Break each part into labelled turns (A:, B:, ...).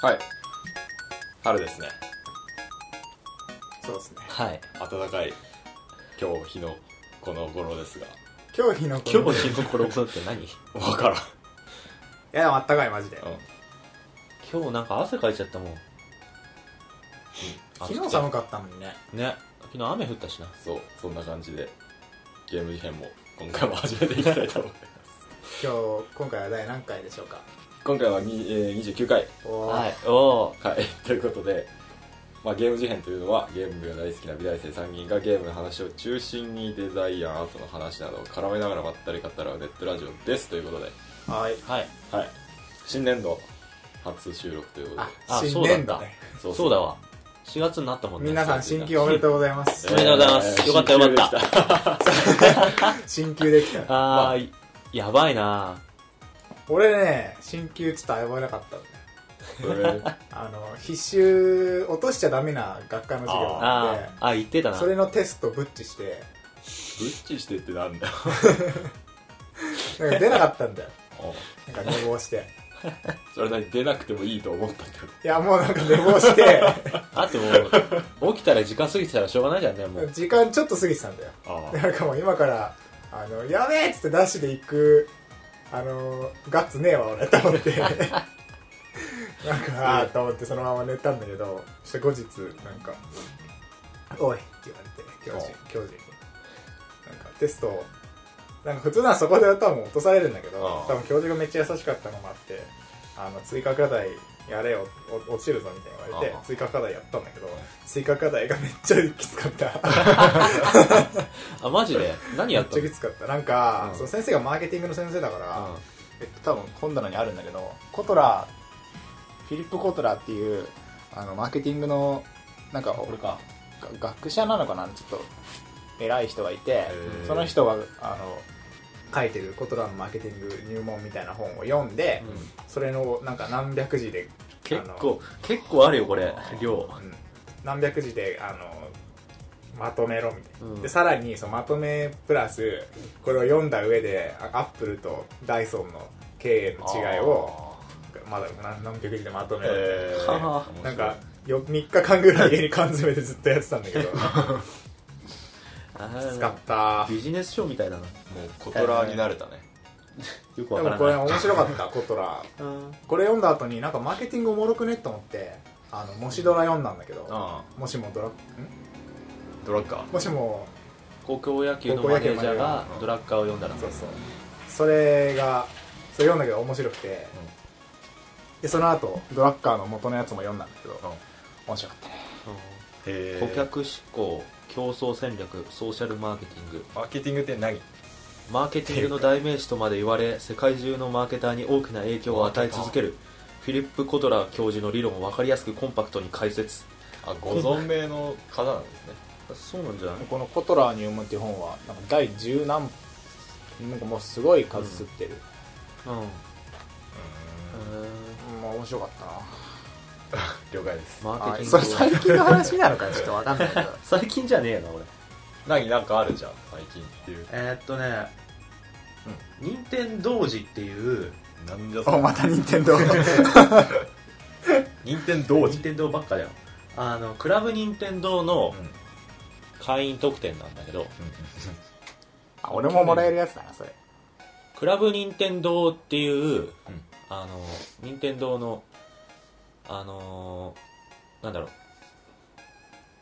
A: はい春ですね
B: そうですね
C: はい
A: 暖かい今日日のこの頃ですが
B: 今日日の
C: 今
B: 頃
C: 日日の頃って 何
A: 分からん
B: いやでもあったかいマジで
C: 今日なんか汗かいちゃったもん
B: 昨日寒かったのにね
C: ね昨日雨降ったしな
A: そうそんな感じでゲーム事変も今回も始めていきたい と思います
B: 今日今回は第何回でしょうか
A: 今回はに、えー、29回
B: おー
C: はいお
A: はいということで、まあ、ゲーム事変というのはゲームが大好きな美大生3人がゲームの話を中心にデザインやアートの話などを絡めながらまったり語らうネットラジオですということで、
B: はい
C: ーはい
A: はい、新年度初収録ということで
B: あ
C: あ
B: 新年度ね
A: そ
C: そうだわ4月になったもんね
B: 皆さん新級おめでとうございます
C: おめでとうございますよかったよかった
A: た
B: 新級できた
C: あー、やばいな
B: 俺ね新級ちょっと危なかったのね
A: これ
B: あの必修落としちゃダメな学科の授業があ
C: あ
B: って
C: ーあ言ってたな
B: それのテストぶっちして
A: ブッチしてってなんだ よ
B: なんか出なかったんだよなんか寝坊して
A: それなりに出なくてもいいと思ったってこ
B: いやもうなんか寝坊 して
C: あともう起きたら時間過ぎてたらしょうがないじゃんね もう
B: 時間ちょっと過ぎてたんだよ
A: とあ
B: でなんかもう今から「あのやべえ!」っつってダッシュで行くあのガッツねえわ俺と思ってなんかああと思ってそのまま寝たんだけどそして後日なんか「おい」って言われて教授教授になんかテストをなんか普通ならそこで多分落とされるんだけど
A: ああ
B: 多分教授がめっちゃ優しかったのもあってあの追加課題やれよお落ちるぞみたいに言われて
A: ああ
B: 追加課題やったんだけど追加課題がめっちゃきつかった
C: あマジで何や
B: め
C: っ
B: ったちゃ
C: の
B: きつかったなんか、
A: うん
B: その先生がマーケティングの先生だから、
A: あ
B: えっと、多分本棚にあるんだけどコトラフィリップ・コトラっていうあのマーケティングのなんか俺
C: か
B: 学者なのかなちょっと偉い人がいて
A: ー
B: その人があの書いてるコトラのマーケティング入門みたいな本を読んで、
C: うん
B: それのなんか何百字で
C: 結構結構あるよこれ量
B: うん何百字であのまとめろみたいな、
C: うん
B: でさらにそのまとめプラスこれを読んだ上であアップルとダイソンの経営の違いをまだ何何百字でまとめろみたい
A: え
C: はは
A: 面白い
B: ななんかよ3日間ぐらい家に缶詰でずっとやってたんだ けど
C: あー
B: 使った
C: ビジネス書みたいだな
A: もうコトラになれたね
C: よく
B: で
C: わ
B: も
C: から
B: これ
C: ない
B: 面白かったコトラ
C: うん
B: これ読んだ後になんかマーケティングおもろくねと思ってあのもしドラ読んだんだけど
A: あ
B: もしもドラん
A: あドラッカー
B: もしも
C: 高校野球のマネージャーがドラッカーを読んだら
B: そうそうそれがそれ読んだけど面白くて、でその後ドラッカーの元のやつも読んだんだけど、面白かったね
A: へ
C: 顧客志向競争戦略ソーシャルマーケティング
A: マーケティングって何
C: マーケティングの代名詞とまで言われ世界中のマーケターに大きな影響を与え続けるフィリップ・コトラ教授の理論を分かりやすくコンパクトに解説
A: あご存命の方なんですね
C: そうなんじゃない
B: この「コトラー入門」っていう本はなんか第十何なんかもうすごい数吸ってる、
C: うん
B: まあ面白かったな
A: 了解です
C: マーケティング
B: それ最近の話なのかちょっとわかんないけど
C: 最近じゃねえな俺
A: 何なんかあるじゃん最近っていう
C: えーっとね任天堂時っていう
A: なんじゃそ
B: お
A: れ
B: また任天堂
A: 任天堂
C: 任天堂ばっかだよあのクラブ任天堂の
A: うん
C: 会員特典なんだけど
B: あ俺ももらえるやつだなそれ
C: クラブ任天堂ってい
A: う
C: う、
A: ん
C: あの任天堂のあのーなんだろ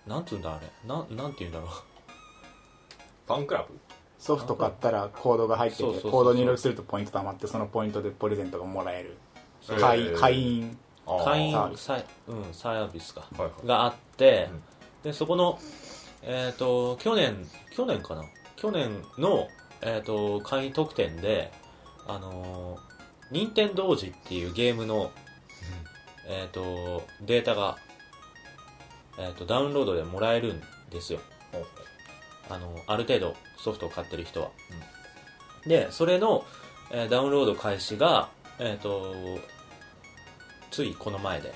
C: うなんつうんだあれなんなんて言うんだろう
A: ファンクラブ
B: ソフト買ったらコードが入ってて
C: そうそうそうそう
B: コード入力するとポイント貯まってそのポイントでプレゼントがもらえる
A: そう
B: 会
A: へー
B: 会員
A: あー
C: 会員
B: サービス
C: サイ,、うん、サービスか
A: はい
C: があって、
A: うん
C: でそこのえっ、と去年去年かな去年の、えー、と会員特典であのー任天堂時っていうゲームの、えっ、とデータが、えー、とダウンロードでもらえるんですよ
A: はい
C: あのある程度ソフトを買ってる人は、でそれの、えーダウンロード開始が、えー、とついこの前で,、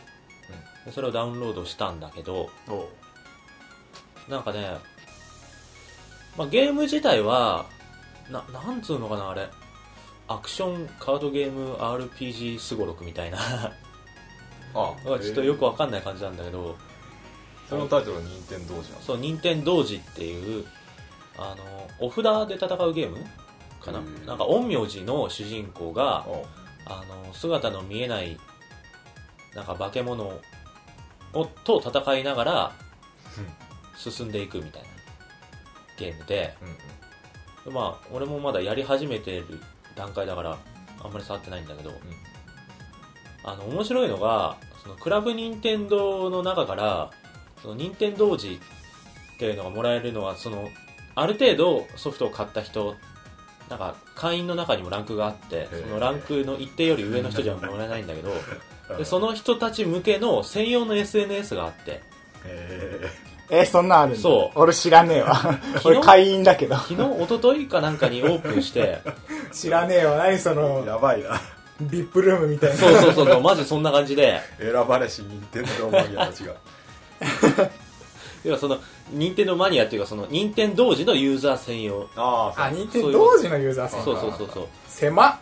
C: でそれをダウンロードしたんだけどなんかね、まあ、ゲーム自体はななんつうのかなあれ アクションカードゲーム RPG すごろくみたいな
A: あ
C: なんかちょっとよくわかんない感じなんだけど、
A: そのタイトルは任天堂じゃん
C: そう、任天堂寺っていう、あの、お札で戦うゲームかな
A: へー。
C: なんか、陰陽師の主人公が、
A: おう
C: あの、姿の見えない、なんか化け物を、と戦いながら、進んでいくみたいなゲームで、
A: うんうん
C: まあ、俺もまだやり始めてる段階だから、あんまり触ってないんだけど、あの、面白いのが、その、クラブ任天堂の中から、その、任天堂時っていうのがもらえるのは、その、ある程度ソフトを買った人、なんか、会員の中にもランクがあって、
A: ー
C: そのランクの一定より上の人じゃもらえないんだけど、
A: うん
C: でその人たち向けの専用の SNS があって、
A: へえ
B: えそんなんあるんだ
C: そう
B: 俺知らねえわ
C: 昨日
B: 俺会員だけど
C: 昨日、一昨日かなんかにオープンして、
B: 知らねえわ何その
A: やばいな
B: ビップルームみたいな
C: そうそうそうそう、マジそんな感じで、
A: 選ばれし任天堂マニアたちが
C: 要はその、任天堂マニアっていうか、その、任天堂時のユーザー専用。
A: あ
B: あ
A: そう
B: 任天堂同時のユーザー
C: そ
B: さ
C: うんそうそうそう。
B: 狭っ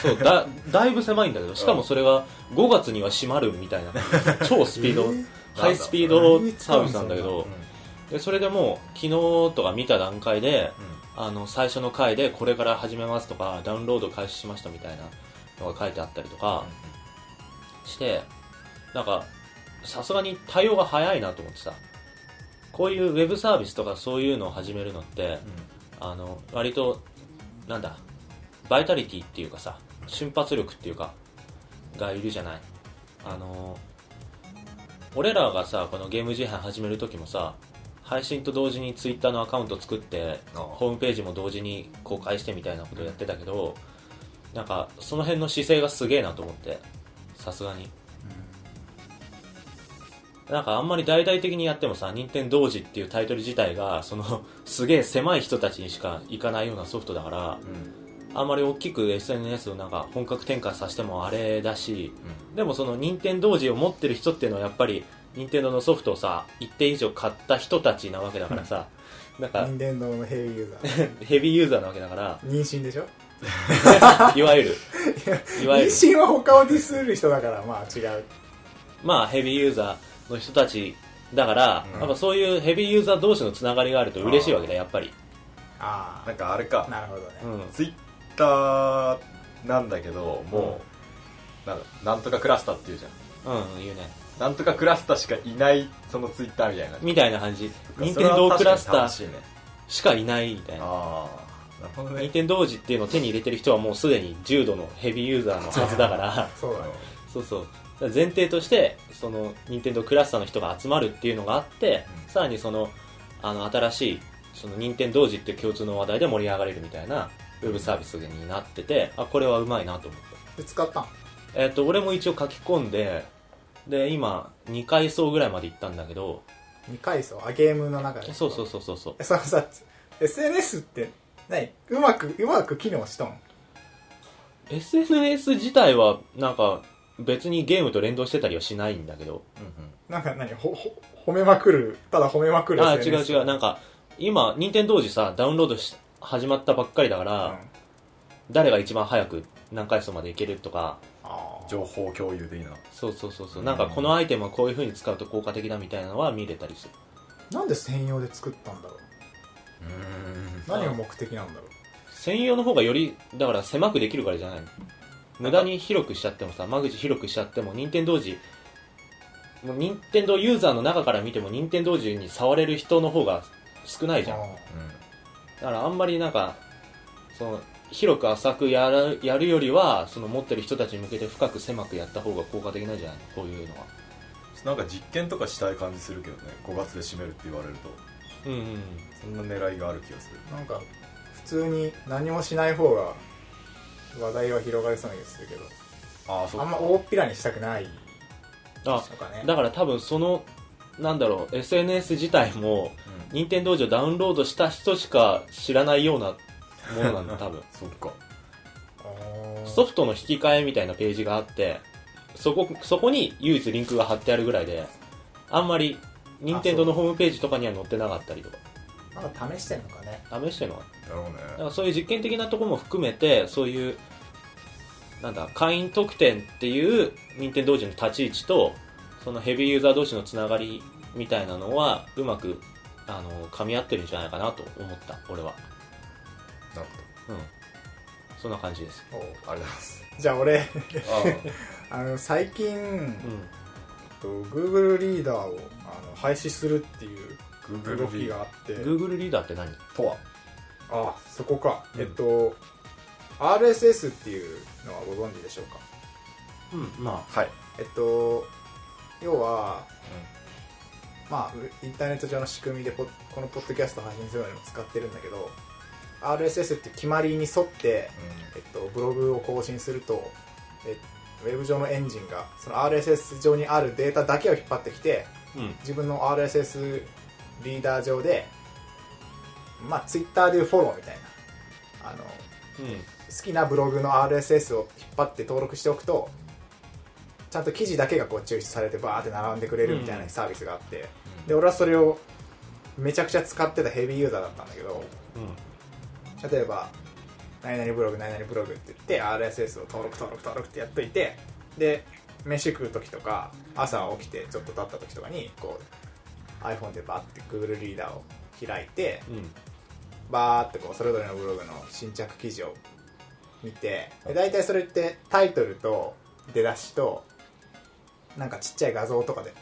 C: そう だだいぶ狭いんだけどしかもそれが5月には閉まるみ たいな超スピード、ハイスピードサービスなんだけどでそれでもう昨日とか見た段階であの最初の回でこれから始めますとかダウンロード開始しましたみたいなのが書いてあったりとかしてなんかさすがに対応が早いなと思ってさこういうウェブサービスとかそういうのを始めるのってあの割となんだバイタリティっていうかさ瞬発力っていうかがいるじゃないあの俺らがさこのゲーム自販始める時もさ配信と同時にツイッターのアカウント作って
A: ああ
C: ホームページも同時に公開してみたいなことやってたけどなんかその辺の姿勢がすげえなと思ってさすがになんかあんまり大々的にやってもさ、任天堂時っていうタイトル自体が、その、 すげえ狭い人たちにしか行かないようなソフトだから、
A: うんうん
C: あんまり大きく SNS をなんか本格転換させてもあれだし、でもその任天堂時を持ってる人っていうのはやっぱり、任天堂のソフトをさ、一定以上買った人たちなわけだからさ、なんか、
B: 任天堂のヘビーユーザ ー
C: ヘビーユーザーなわけだ から、
B: 妊娠でしょ
C: いわゆる、いわゆ
B: 妊娠
C: る、
B: は他をディスる人だからまあ違う
C: まあヘビーユーザーの人たちだから、
A: うん
C: やっぱそういうヘビーユーザー同士のつながりがあると嬉しいわけだ、やっぱり。
B: あ
A: なんかあれか
B: あなるほどね
C: うん
A: ツイッターなんだけどもう、なんだなんとかクラスターっていうじゃん
C: うん、言うね。
A: なんとかクラスターしかいないそのツイッターみたいな
C: みたいな感じ。任
A: それ
C: 天
A: は
C: 堂クラス
A: 確かに
C: タ
A: 楽しい
C: ー
A: ね
C: しかいないみたいな。
A: ああなるほど
C: 任
A: ね
C: 天堂時っていうのを手に入れてる人はもうすでに重度のヘビーユーザーのはずだ から、
B: そうだね
C: そうそう。だから前提として、その、任天堂クラスターの人が集まるっていうのがあって、
A: うん
C: さらにその、あの、新しい、その、任天堂時っていう共通の話題で盛り上がれるみたいな、ウェブサービスになってて、あ、これはうまいなと思った。
B: で使ったん
C: えっ、と、俺も一応書き込んで、で、今、2階層ぐらいまで行ったんだけど、
B: 2回そうあゲームの中で
C: そうそうそうそうそう。
B: えそのさ SNS って何うまくうまく機能しとん
C: SNS 自体はなんか別にゲームと連動してたりはしないんだけど
A: うんうん
B: なんか何ほほ褒めまくるただ褒めまくる
C: ああ違う違う
B: な
C: なんか今任天堂時さダウンロードし始まったばっかりだから、誰が一番早く何回数までいけるとか
A: 情報共有でいいな
C: そうそうそうそううんなんかこのアイテムはこういう風に使うと効果的だみたいなのは見れたりする
B: なんで専用で作ったんだろう何が目的なんだろう
C: 専用の方がよりだから狭くできるからじゃないの無駄に広くしちゃってもさ間口広くしちゃっても任天堂時もう任天堂ユーザーの中から見ても任天堂時に触れる人の方が少ないじゃん
B: あ
C: だからあんまりなんかその広く浅くやるやるよりはその持ってる人たちに向けて深く狭くやった方が効果的なんじゃないのこういうのは
A: なんか実験とかしたい感じするけどね5月で締めるって言われると
C: うんうん
A: そんな狙いがある気がする
B: ーなんか普通に何もしない方が話題は広がりそうな気がするけど
A: ああそ
B: あ
A: っ
B: ん
A: か
B: ま大っぴらにしたくない
C: あ
B: とかね
C: だから多分そのなんだろう SNS 自体も
A: うん
C: 任天堂上ダウンロードした人しか知らないようなものなんだ多分
A: そっか
B: あー
C: ソフトの引き換えみたいなページがあってそこそこに唯一リンクが貼ってあるぐらいであんまり任天堂のホームページとかには載ってなかったりとか
B: なんか試してんのかね
C: 試してるのは
A: だろうね
C: だからそういう実験的なところも含めてそういうなんだ会員特典っていう任天堂人の立ち位置とそのヘビーユーザー同士のつながりみたいなのはうまくあの噛み合ってるんじゃないかなと思った俺は
A: なる
C: うんそんな感じです
B: おう
A: ほどありがとうございます
B: じゃあ俺
A: あ
B: あの最近、
C: うん
B: と Google リーダーをあの廃止するっていう
A: あ Google
B: 動きがあって
C: Google リーダーって何
A: とは
B: あそこか、
C: うん
B: えっと RSS っていうのはご存知でしょうか
C: うんま
A: はい
B: えっと要はまあインターネット上の仕組みでポッこのポッドキャスト配信するのにも使ってるんだけど RSS っていう決まりに沿って、えっと、ブログを更新するとえウェブ上のエンジンがその RSS 上にあるデータだけを引っ張ってきて
C: あうん
B: 自分の RSS リーダー上でまあ Twitter でいうフォローみたいなあの好きなブログの RSS を引っ張って登録しておくとちゃんと記事だけがこう抽出されてバーって並んでくれるみたいなサービスがあって、
A: うん
B: で俺はそれをめちゃくちゃ使ってたヘビーユーザーだったんだけど
C: う
B: 例えば「何々ブログ何々ブログ」って言って RSS を登録登録登録ってやっといてで飯食う時とか朝起きてちょっと経った時とかにこう iPhone でバーって Google リーダーを開いて
C: んうん
B: バーってこうそれぞれのブログの新着記事を見てで大体それってタイトルと出だしとなんかちっちゃい画像とかで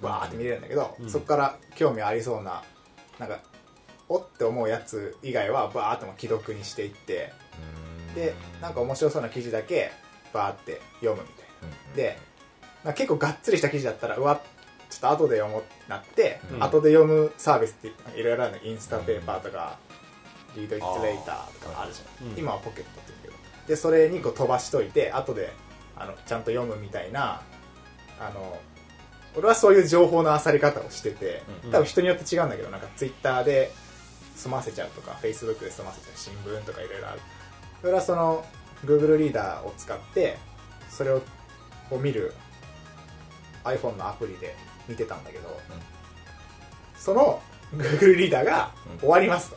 B: バーって見れるんだけど、
C: うん
B: そこから興味ありそうななんかおって思うやつ以外はバーってもう既読にしていって
A: うん
B: でなんか面白そうな記事だけバーって読むみたいな
A: うん
B: でなんか結構がっつりした記事だったらうわちょっと後で読もうってなって、
A: うん
B: 後で読むサービスってなんかいろいろあるのインスタペーパーとか、リードイッツレイターとかあるじゃん、
C: うん
B: 今はポケットって言うけどでそれにこう飛ばしといて後であのちゃんと読むみたいなあの俺はそういう情報の漁り方をしてて、
A: うん
B: 多分人によって違うんだけどなんかツイッターで済ませちゃうとか Facebook で済ませちゃう新聞とかいろいろある俺はその Google リーダーを使ってそれをを見る iPhone のアプリで見てたんだけど、その Google リーダーが
A: うん
B: 終わりますと、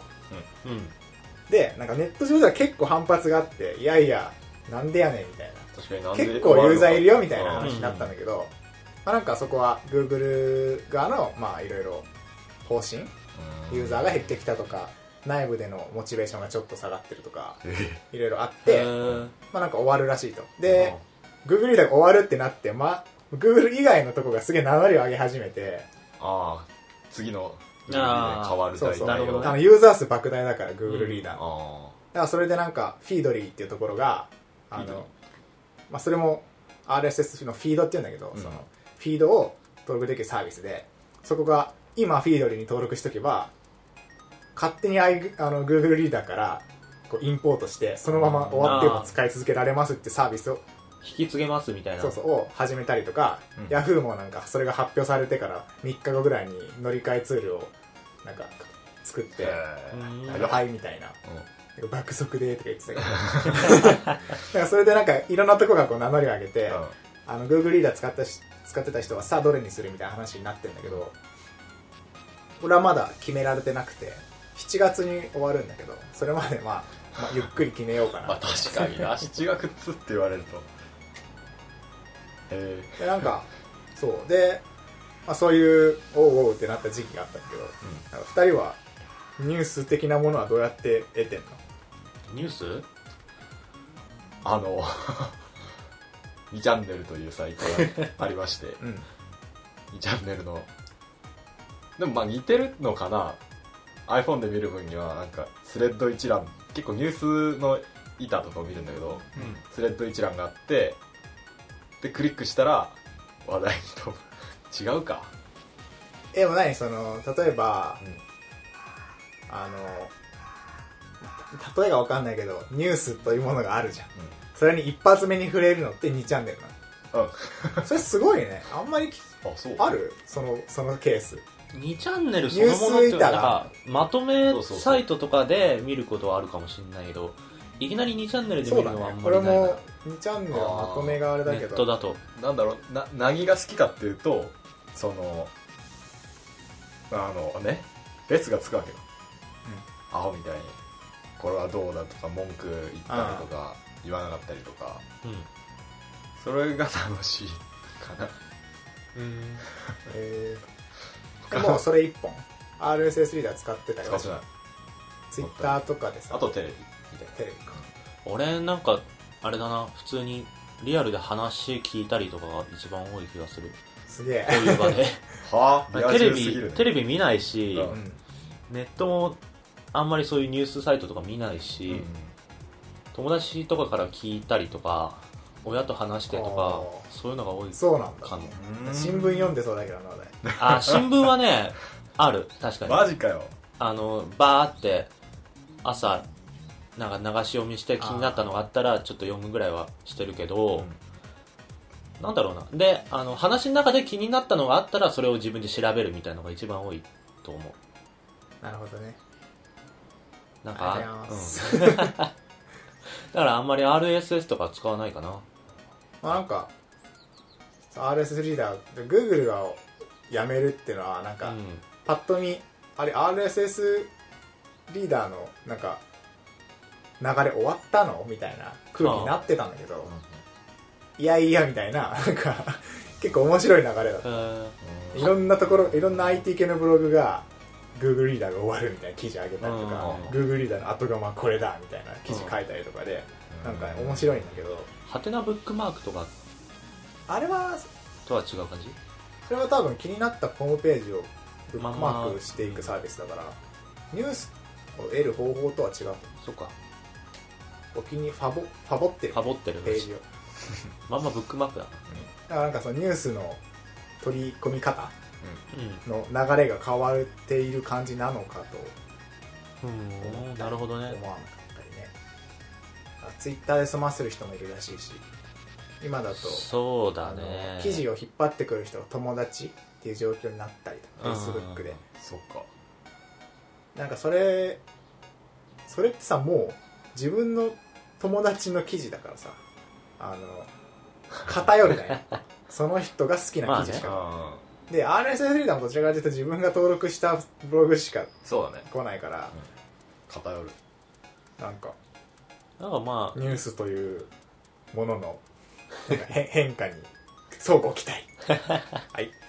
C: うん
B: でなんかネット上では結構反発があっていやいやなんでやねんみたいな
A: 確かになんで
B: 結構ユーザーいるよみたいな
A: うん
B: 話になったんだけど、まあ、なんかそこは Google 側のまあいろいろ方針ユーザーが減ってきたとか内部でのモチベーションがちょっと下がってるとか
A: うん
B: いろいろあっ
C: へ
B: て、
C: ー
B: まあ、なんか終わるらしいとで、Google リーダーが終わるってなって、ま、Google 以外のとこがすげえ7割を上げ始めて
A: ああ次の変
C: あー
A: わる
B: そう
A: 代
B: そう
C: なるほどね
B: あのユーザー数莫大だから Google リーダーの、
A: あ
B: だからそれでなんかフィードリーっていうところがあ
A: フィードリー
B: の、まあ、それも RSS のフィードっていうんだけど、
A: うん
B: そのフィードを登録できるサービスでそこが今フィードリーに登録しとけば勝手にあいあの Google リーダーからこうインポートしてそのまま終わっても使い続けられますってサービスを
C: 引き継げますみたいな
B: そうそうを始めたりとか、
A: うん
B: Yahoo もなんかそれが発表されてから3日後ぐらいに乗り換えツールをなんか作って
A: へ
C: うん
B: なんかはいみたいな
A: ーうん
B: なんか爆速でとか言ってたけど なんかそれでなんかいろんなとこがこう名乗りを上げて、
A: うん
B: あの Google リーダー使ったし使ってた人はさあどれにするみたいな話になってんだけど俺はまだ決められてなくて7月に終わるんだけどそれまで、まあ、まあゆっくり決めようか
A: まあ
B: な
A: 確かに な7月っつって言われるとへえ
B: でなんかそうで、まあ、そういうおうおうってなった時期があったんだけど、なんか2人はニュース的なものはどうやって得てんの
C: ニュース
A: あの2チャンネルというサイトがありまして
B: うん
A: 2チャンネルのでもまあ似てるのかな iPhone で見る分にはなんかスレッド一覧結構ニュースの板とかを見るんだけどスレッド一覧があってでクリックしたら話題に飛ぶ 違うか
B: えでも何その例えば、
A: うん
B: あの例えが分かんないけどニュースというものがあるじゃんそれに一発目に触れるのって2チャンネルな
A: うん、うん、
B: のそれすごいねあんまりき
A: あそう
B: あるそのそのケース
C: 2チャンネルそのものってい
B: ニュース
C: うの
B: いたら
C: はなんかまと
A: そ
C: め
A: うそうそう
C: サイトとかで見ることはあるかもしれないけどいきなり2チャンネルで
B: そ
C: 見
B: う
C: る
B: だ
C: のはあ
B: ね
C: ん
B: こ
C: ま
B: れ
C: りないな、
B: も2チャンネルはまとめがあれだ
C: ネ
B: け
C: ット
B: ど
C: だと
A: なんだろうな何が好きかっていうとそのあのね列がつくわけよ、アホみたいにこれはどうだとか文句言ったりとか言わなかったりとか
C: うん
A: それが楽しいか な
C: うん
B: えー、 でもうそれ1本 RSS リーダー使ってたよ
A: 使ってない
B: ツイッターとかでさ
A: あとテレビみたいな
B: テレビか
C: 俺なんかあれだな普通にリアルで話聞いたりとかが一番多い気がする
B: すげえ
C: こういう 場で
A: はあ
C: テレ
A: リア充すぎる
C: ビ
A: ね
C: テレビ見ないし、
A: うん
C: ネットもあんまりそういうニュースサイトとか見ないし、
A: うん
C: 友達とかから聞いたりとか親と話してとか
B: あー
C: そういうのが多い
B: そうなんだ
C: かも
B: 新聞読んでそうだけどな俺
C: あ新聞はねある確かに
A: マジかよ
C: あのバーって朝なんか流し読みして気になったのがあったらちょっと読むぐらいはしてるけど、なんだろうなであの話の中で気になったのがあったらそれを自分で調べるみたいなのが一番多いと思
B: なるほどね
C: うなん
B: ありがとう
C: か
B: ござい
C: うん
B: ま、す
C: だからあんまり RSS とか使わないかな
B: まあなんかそう RSS リーダー Google がやめるっていうのはなん
C: う
B: か、
C: ん
B: パッと見あれ RSS リーダーのなんか流れ終わったのみたいな空気になってたんだけどいやいやみたいななんか結構面白い流れだった
C: へー
B: いろんなところいろんな IT 系のブログが Google リーダーが終わるみたいな記事上げたりとか
A: うん
B: Google リーダーの後釜はこれだみたいな記事書いたりとかでなんかね面白いんだけど
C: ハテナブックマークとか
B: あれは
C: とは違う感じ
B: それは多分気になったホームページをブックマークしていくサービスだからニュースを得る方法とは違う
C: そっか
B: お気にファボファボってる
C: かぼってる
B: ページを
C: まんまブックマークだな
B: だからなんかそのニュースの取り込み方
C: う
B: の流れが変わっている感じなのかと
C: ん、なるほどね
B: 思わなかったりねツイッターで済ませる人もいるらしいし今だと
C: そうだ
B: あ
C: ね
B: の記事を引っ張ってくる人が友達っていう状況になったりとか
C: うん
B: Facebook で
A: そっか
B: なんかそれそれってさもう自分の友達の記事だからさあの偏るねその人が好きな記事しか、
A: あ
B: で RSS リーダーもどちらかというと自分が登録したブログしか
A: そうだね
B: 来ないから
A: 偏る
B: なんか
C: なんかまあ
B: ニュースというもののなんか変変化に相互期待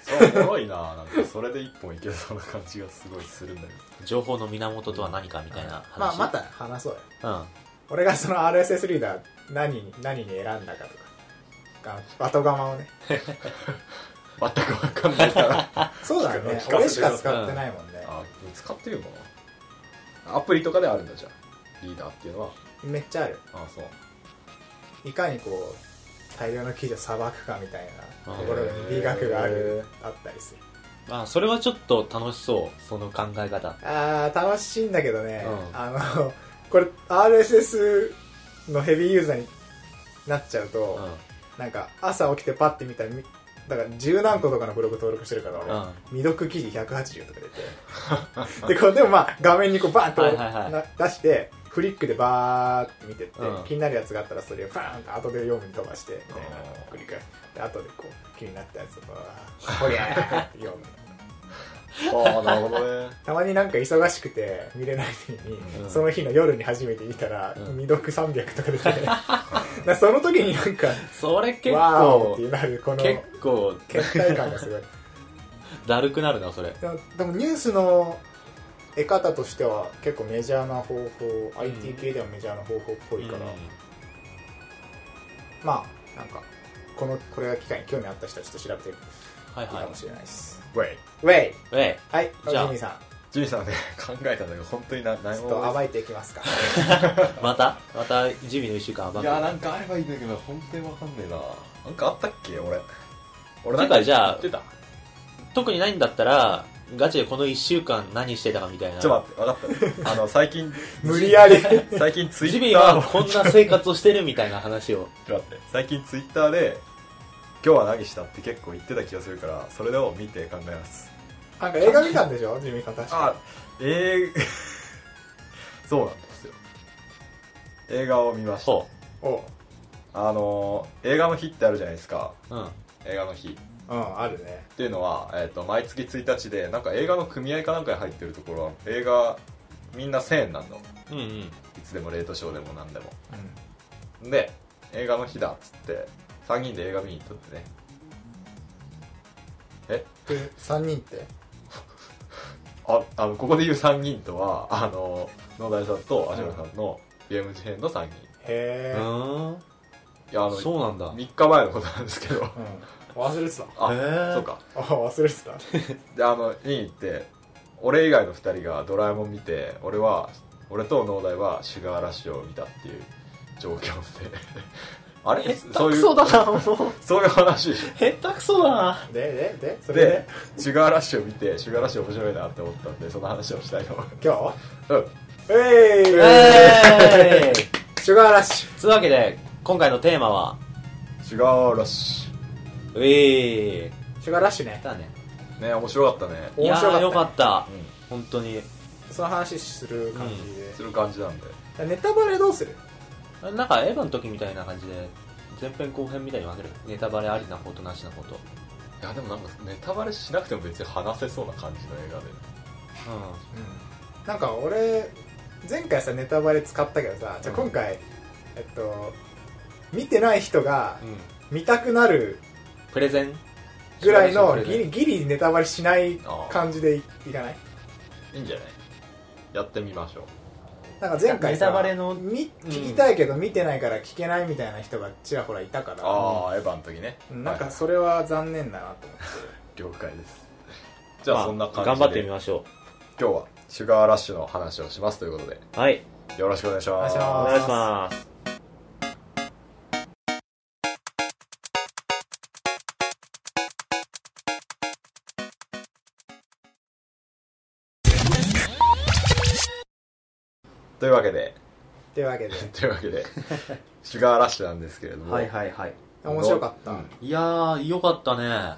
A: そうおもろいな なんかそれで一本いけそうな感じがすごいするんだけど
C: 情報の源とは何かみたいな
B: まあ
C: 話、
B: また話そうよ
C: ま
B: 俺がその RSS リーダー何に何に選んだかとかあ後釜をね
A: 全く分かんないから あ
B: そうだね
A: 聞かせてください
B: 俺しか使ってないもんね、
A: 使ってるのかなアプリとかであるんだじゃあリーダーっていうのは
B: めっちゃある
A: あそう
B: いかにこう大量の記事をさばくかみたいなところ
A: うん
B: に美学がある
A: へ
B: あったりする
C: あ、まあそれはちょっと楽しそうその考え方
B: あー楽しいんだけどね、
C: うん
B: あのこれ RSS のヘビーユーザーになっちゃうと、
C: う
B: なんか朝起きてパッて見たらみだから十何個とかのブログ登録してるから俺、
C: うん
B: 未読記事180とか出てでこうでもまあ画面にこうバーンと、
C: はいはいはい
B: な出してフリックでバーって見てって、
C: うん
B: 気になるやつがあったらそれをバーンと後で読むに飛ばしてみたいな
A: あー
B: 繰り返して後でこう気になったやつをバーッほりゃーって読む
A: ああなるほどね
B: たまになんか忙しくて見れない時に、
C: うん
B: その日の夜に初めて見たら、
C: うん
B: 未読300とか出てだ からその時になんか
C: それ結
B: わーおっ
C: 構
B: てなるこの
C: 結構
B: 倦怠感がすごい
C: だるくなるなそれ
B: でもでもニュースの得方としては結構メジャーな方法、IT 系ではメジャーな方法っぽいから、まあなんかこのこれが機会に興味あった人はちょっと調べてみる
C: はい
B: といい
C: はい
B: かもしれないです、
A: ウェイ
B: ウェイ
C: え
B: はい
C: じゃあ
B: ジミーさん
A: ジミーさんね考えたんだけど本当にな
B: ち
A: 何
B: ょっ
A: も
B: と暴いていきますか
C: えまたまたジミーの一週間暴
A: い
C: く
A: やなんかあればいいんだけど本当に分かんねえななんかあったっけ俺俺
C: てかじゃあ
A: 言ってた
C: 特にないんだったらガチでこの一週間何してたかみたいな
A: ちょっと待って分かっ たあの最近
B: 無理 やり
A: 最近ツイ
C: ジミ
A: ッ
C: ー
A: ター
C: は
A: を
C: こんな生活をしてるみたいな話を
A: ちょっと待って最近ツイッターで「今日は何した?」って結構言ってた気がするからそれを見て考えます
B: なんか映画見たんでしょジミーさん確か
A: あえー、 そうなんですよ映画を見ました
C: ほ
B: おう
A: あのー映画の日ってあるじゃないですか
C: ううん
A: 映画の日
B: うんあるね
A: っていうのは、えー、と毎月1日でなんか映画の組合かなんかに入ってるところは映画みんな1000円なんの
C: うんうん
A: いつでもレートショーでも何でもで映画の日だっつって3人で映画見に行っとってねえ
B: で3人って
A: ああのここで言う3人とはあの野田井さんと芦村さんのゲーム事変の3人
B: へえ、
C: うん
A: いやあの
C: そうなんだ
A: 3日前のことなんですけ ど
B: うん、忘れてた
A: あ
C: へー
A: そうか
B: あ忘れてた
A: であの見に行って俺以外の2人が「ドラえもん」見て俺は俺と農大は「シュガーラッシュ」を見たっていう状況 であれそういう
C: だなもう
A: そういう話でし
C: 下手くそだな
B: でででそ
A: ょ
B: れで
A: でシュガーラッシュを見てシュガーラッシュ面白いなって思ったんでその話をしたいと思いま
B: 今日
A: すうん
B: えい、
C: えーい
B: シュガーラッシュ
C: つうわけで今回のテーマは
A: シュガーラッシ
C: ウィー
B: シュガーラッシュね
C: だね
A: ュね面白かったね
C: い
B: 面
C: や
B: 白かった
C: ー
B: ね
C: よかった
A: うん
C: 本当に
B: その話する感じ
A: する感じなんで
B: で、ネタバレどうする
C: なんかエヴァの時みたいな感じで前編後編みたいに分けるネタバレありな方となしな方とうん
A: いやでもなんかネタバレしなくても別に話せそうな感じの映画で
B: なんか俺前回さネタバレ使ったけどさじゃあ今回、えっと見てない人が
C: うん
B: 見たくなる
C: プレゼン
B: ぐらいの
C: プレゼ
B: ギ
C: ン
B: リギリネタバレしない
A: あー
B: 感じでいいかない
A: いいんじゃないやってみましょう
B: なんか前回さ
C: ネタバレの
B: み聞きたいけど見てないから聞けないみたいな人がちらほらいたから
A: ああエヴァの時ね
B: うんなん
A: は
B: か
A: い
B: それは残念だなと思って
A: 了解ですじゃあそんな感じで、
C: まあ頑張ってみましょ
A: 今日はシュガーラッシュの話をしますということで
C: うはい
A: よろしくお願いします
B: お願いし
C: お
B: ま
C: 願いします
A: というわけで
B: というわけで
A: というわけでシュガーラッシュなんですけれども、
C: はいはい
B: 面白かった、
A: うん
C: いやーよかったね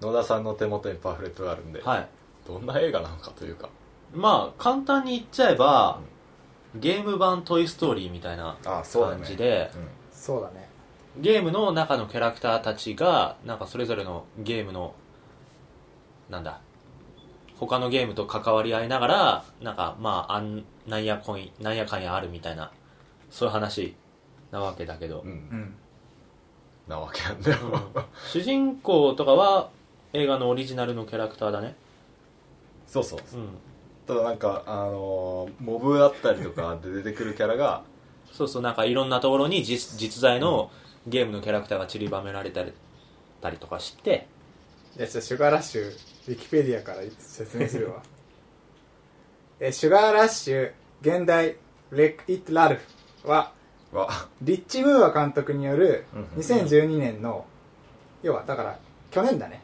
A: 野田さんの手元にパンフレットがあるんで、
C: はい
A: どんな映画なのかというか
C: まあ簡単に言っちゃえばゲーム版「トイ・ストーリー」みたいな
A: あそうだね
C: 感じで、
B: そうだね
C: ゲームの中のキャラクターたちがなんかそれぞれのゲームのなんだ他のゲームと関わり合いながらなんかまああんなんやこいなんやかんやあるみたいなそういう話なわけだけど
A: うん、う、
B: うんん
A: なわけなんだよ、
C: 主人公とかは映画のオリジナルのキャラクターだね
A: そうそう
C: うん
A: ただなんかあのーモブだったりとかで出てくるキャラが
C: そうそうなんかいろんなところに実実在のゲームのキャラクターが散りばめられたりたりとかして
B: いやじゃあシュガーラッシュウィキペディアから説明するわ えシュガーラッシュ現代レック・イット・ラルフは
A: は
B: リッチ・ムーア監督による
A: うんうん
B: 2012年の要はだから去年だね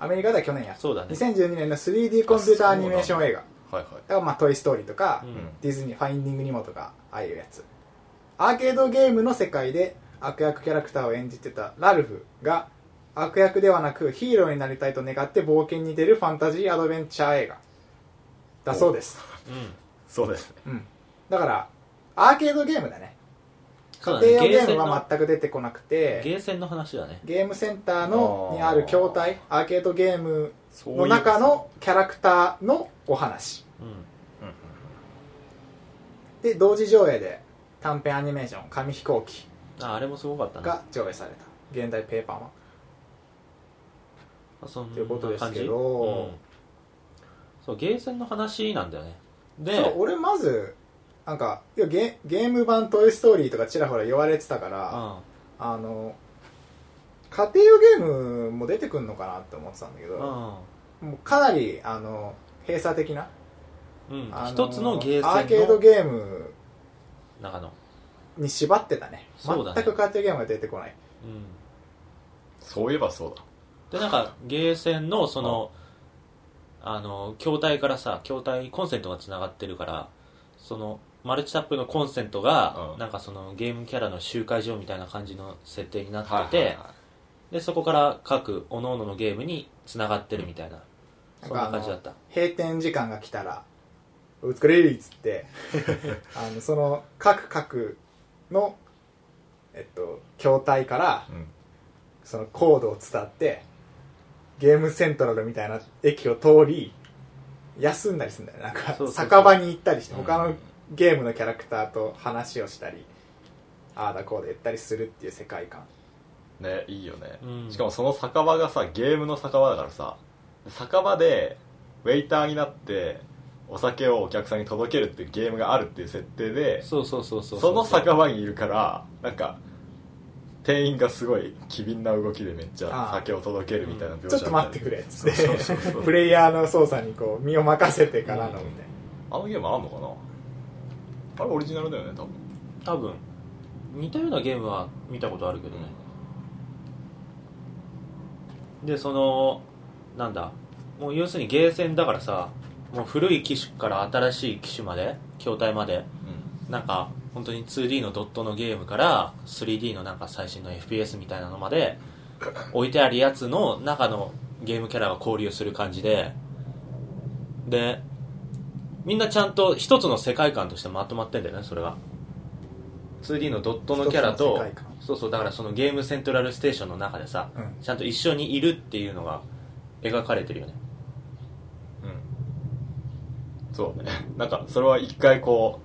B: アメリカでは去年や
C: そうだね
B: 2012年の 3D コンピューターアニメーション映画だ
A: はいはい
B: からまあ「トイ・ストーリー」とか、
C: うん
B: ディズニー「ファインディング・ニモ」とかああいうやつアーケードゲームの世界で悪役キャラクターを演じてたラルフが悪役ではなくヒーローになりたいと願って冒険に出るファンタジーアドベンチャー映画だそうです、
C: うん
A: そうですね
B: うん、だからアーケードゲームだね
C: そう
B: 家
C: だね
B: 庭用ゲ
C: ゲーセ
B: ー
C: ン
B: ム
C: の
B: は全く出てこなくて
C: ゲーセンの話だね
B: ゲームセンターのにある筐体アーケードゲーム
A: そういう
B: の中のキャラクターのお話
C: うん
A: うんうん
B: で同時上映で短編アニメーション「紙飛行機」
C: ああれもすごかったね
B: が上映された現代ペーパーマン
C: そん
B: ということで
C: な
B: す
C: 感
B: け
C: じ
B: ど
C: うんそうゲーセンの話なんだよね
B: そう
C: で
B: 俺まずなんかいやゲゲーム版「トイ・ストーリー」とかちらほら言われてたから、
C: うん
B: あの家庭用ゲームも出てくんのかなって思ってたんだけ
C: う
B: ど、
C: ん
B: もうかなりあの閉鎖的な、
C: うん
B: あ
C: 一つのゲ
B: ア
C: ー
B: ーケ
C: セ
B: ー
C: ン
B: ド
C: の
B: ゲーム
C: 中の
B: に縛ってたね
C: そうだね
B: 全く家庭ゲームが出てこない
C: うん
A: そういえばそうだ
C: でなんかゲーセンのそのあの筐体からさ筐体コンセントがつながってるからそのマルチタップのコンセントが、
A: うん
C: なんかそのゲームキャラの集会所みたいな感じの設定にな
A: はい
C: って
A: はい
C: て、
A: はい
C: でそこから各各々のゲームにつながってるみたいな、そんな感じだった
B: 閉店時間が来たら「お疲れ!」っつって あのその各各のえっと筐体から
A: うん
B: そのコードを伝ってゲームセントラルみたいな駅を通り休んだりするんだよなんか
C: そうそうそう
B: 酒場に行ったりして
A: うん
B: 他のゲームのキャラクターと話をしたりああだこうで言ったりするっていう世界観
A: ねいいよね、
C: うん
A: しかもその酒場がさゲームの酒場だからさ酒場でウェイターになってお酒をお客さんに届けるっていうゲームがあるっていう設定で
C: そうそうそうそう
A: その酒場にいるからなんか店員がすごい機敏な動きでめっちゃ
B: あー
A: 酒を届けるみたいな描写
B: ちょっと待ってく
A: れ
B: れっつっ
A: そうそうそう
B: てプレイヤーの操作にこう身を任せてからのみたいな
A: あのゲームあんのかなあれオリジナルだよね多分
C: 多分似たようなゲームは見たことあるけどね、でそのなんだもう要するにゲーセンだからさもう古い機種から新しい機種まで筐体まで
A: うん
C: なんか本当に 2D のドットのゲームから 3D のなんか最新の FPS みたいなのまで置いてあるやつの中のゲームキャラが交流する感じででみんなちゃんと一つの世界観としてまとまってんだよねそれが 2D のドットのキャラ
B: 一つの世
C: と
B: 界観
C: そうそうだからそのゲームセントラルステーションの中でさ、
B: うん
C: ちゃんと一緒にいるっていうのが描かれてるよね
A: うんそうね なんかそれは一回こ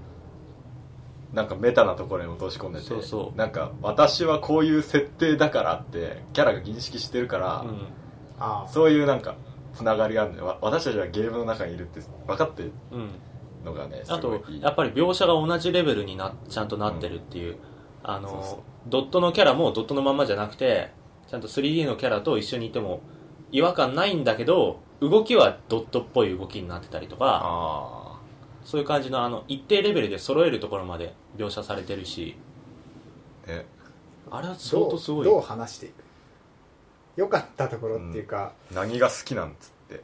A: うなんかメタなところに落とし込んでて
C: そうそう
A: なんか私はこういう設定だからってキャラが認識してるから、
C: うん
B: あ
A: そういうなんかつながりがあるんでわ私たちはゲームの中にいるって分かってる
C: うん
A: のがねす
C: あ
A: ごい
C: と
A: いい
C: やっぱり描写が同じレベルになちゃんとなってるっていう、あの
A: そうそう
C: ドットのキャラもドットのまんまじゃなくてちゃんと 3D のキャラと一緒にいても違和感ないんだけど動きはドットっぽい動きになってたりとか
A: あ
C: そういう感じのあの一定レベルで揃えるところまで描写されてるし
A: あね
C: あれは相
B: ど
C: 当
B: う
C: すごい
B: どう話していく良かったところっていうか、
A: 何が好きなんつって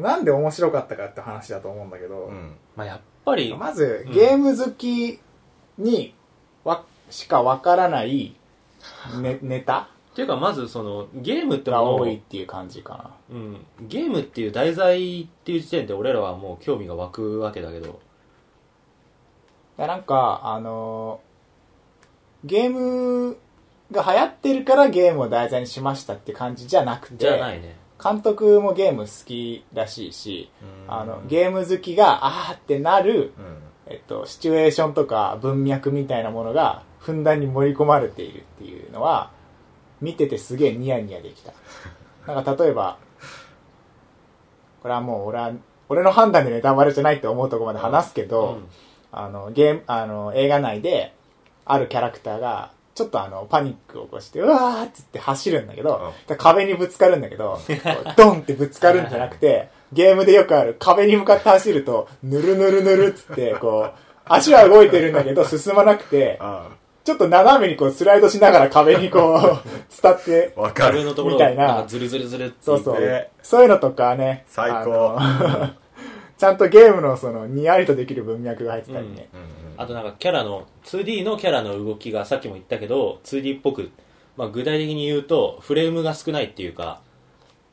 B: なんで面白かったかって話だと思うんだけど、
A: うん
C: まあ、やっぱり、
B: まずゲーム好きにわしかわからないネネタ
C: っていうかまずそのゲームっても
B: が
C: の
B: 多いっ
C: を、
B: ていう感じかな
C: うん、ゲームっていう題材っていう時点で俺らはもう興味が湧くわけだけど
B: いやなんかあのーゲームが流行ってるからゲームを題材にしましたって感じじゃなくて
C: じゃないね、
B: 監督もゲーム好きらしいし、あのゲーム好きがあーってなる、
A: うん
B: えっと、シチュエーションとか文脈みたいなものがふんだんに盛り込まれているっていうのは見ててすげえニヤニヤできたなんか例えばこれはもう俺は俺の判断でネタバレじゃないって思うとこまで話すけど、
C: うん
B: あの、ゲーム、あの、映画内で、あるキャラクターが、ちょっとあの、パニックを起こして、うわーっつって走るんだけど、で壁にぶつかるんだけど、こうドンってぶつかるんじゃなくて、ゲームでよくある壁に向かって走ると、ぬるぬるぬるっつって、こう、足は動いてるんだけど進まなくて、
A: あ
B: ちょっと斜めにこうスライドしながら壁にこう、 伝って、
A: あ分か
C: 壁
A: る
C: のところを
B: みたいなん
C: かズルズルズルって
B: そうそ
A: いいうね。
B: そういうのとかね。
A: 最高
B: あの ちゃんとゲームのその、にやりとできる文脈が入ってたりね。
A: うんうん
C: あとなんかキャラの 2D のキャラの動きがさっきも言ったけど 2D っぽく、まあ、具体的に言うとフレームが少ないっていうか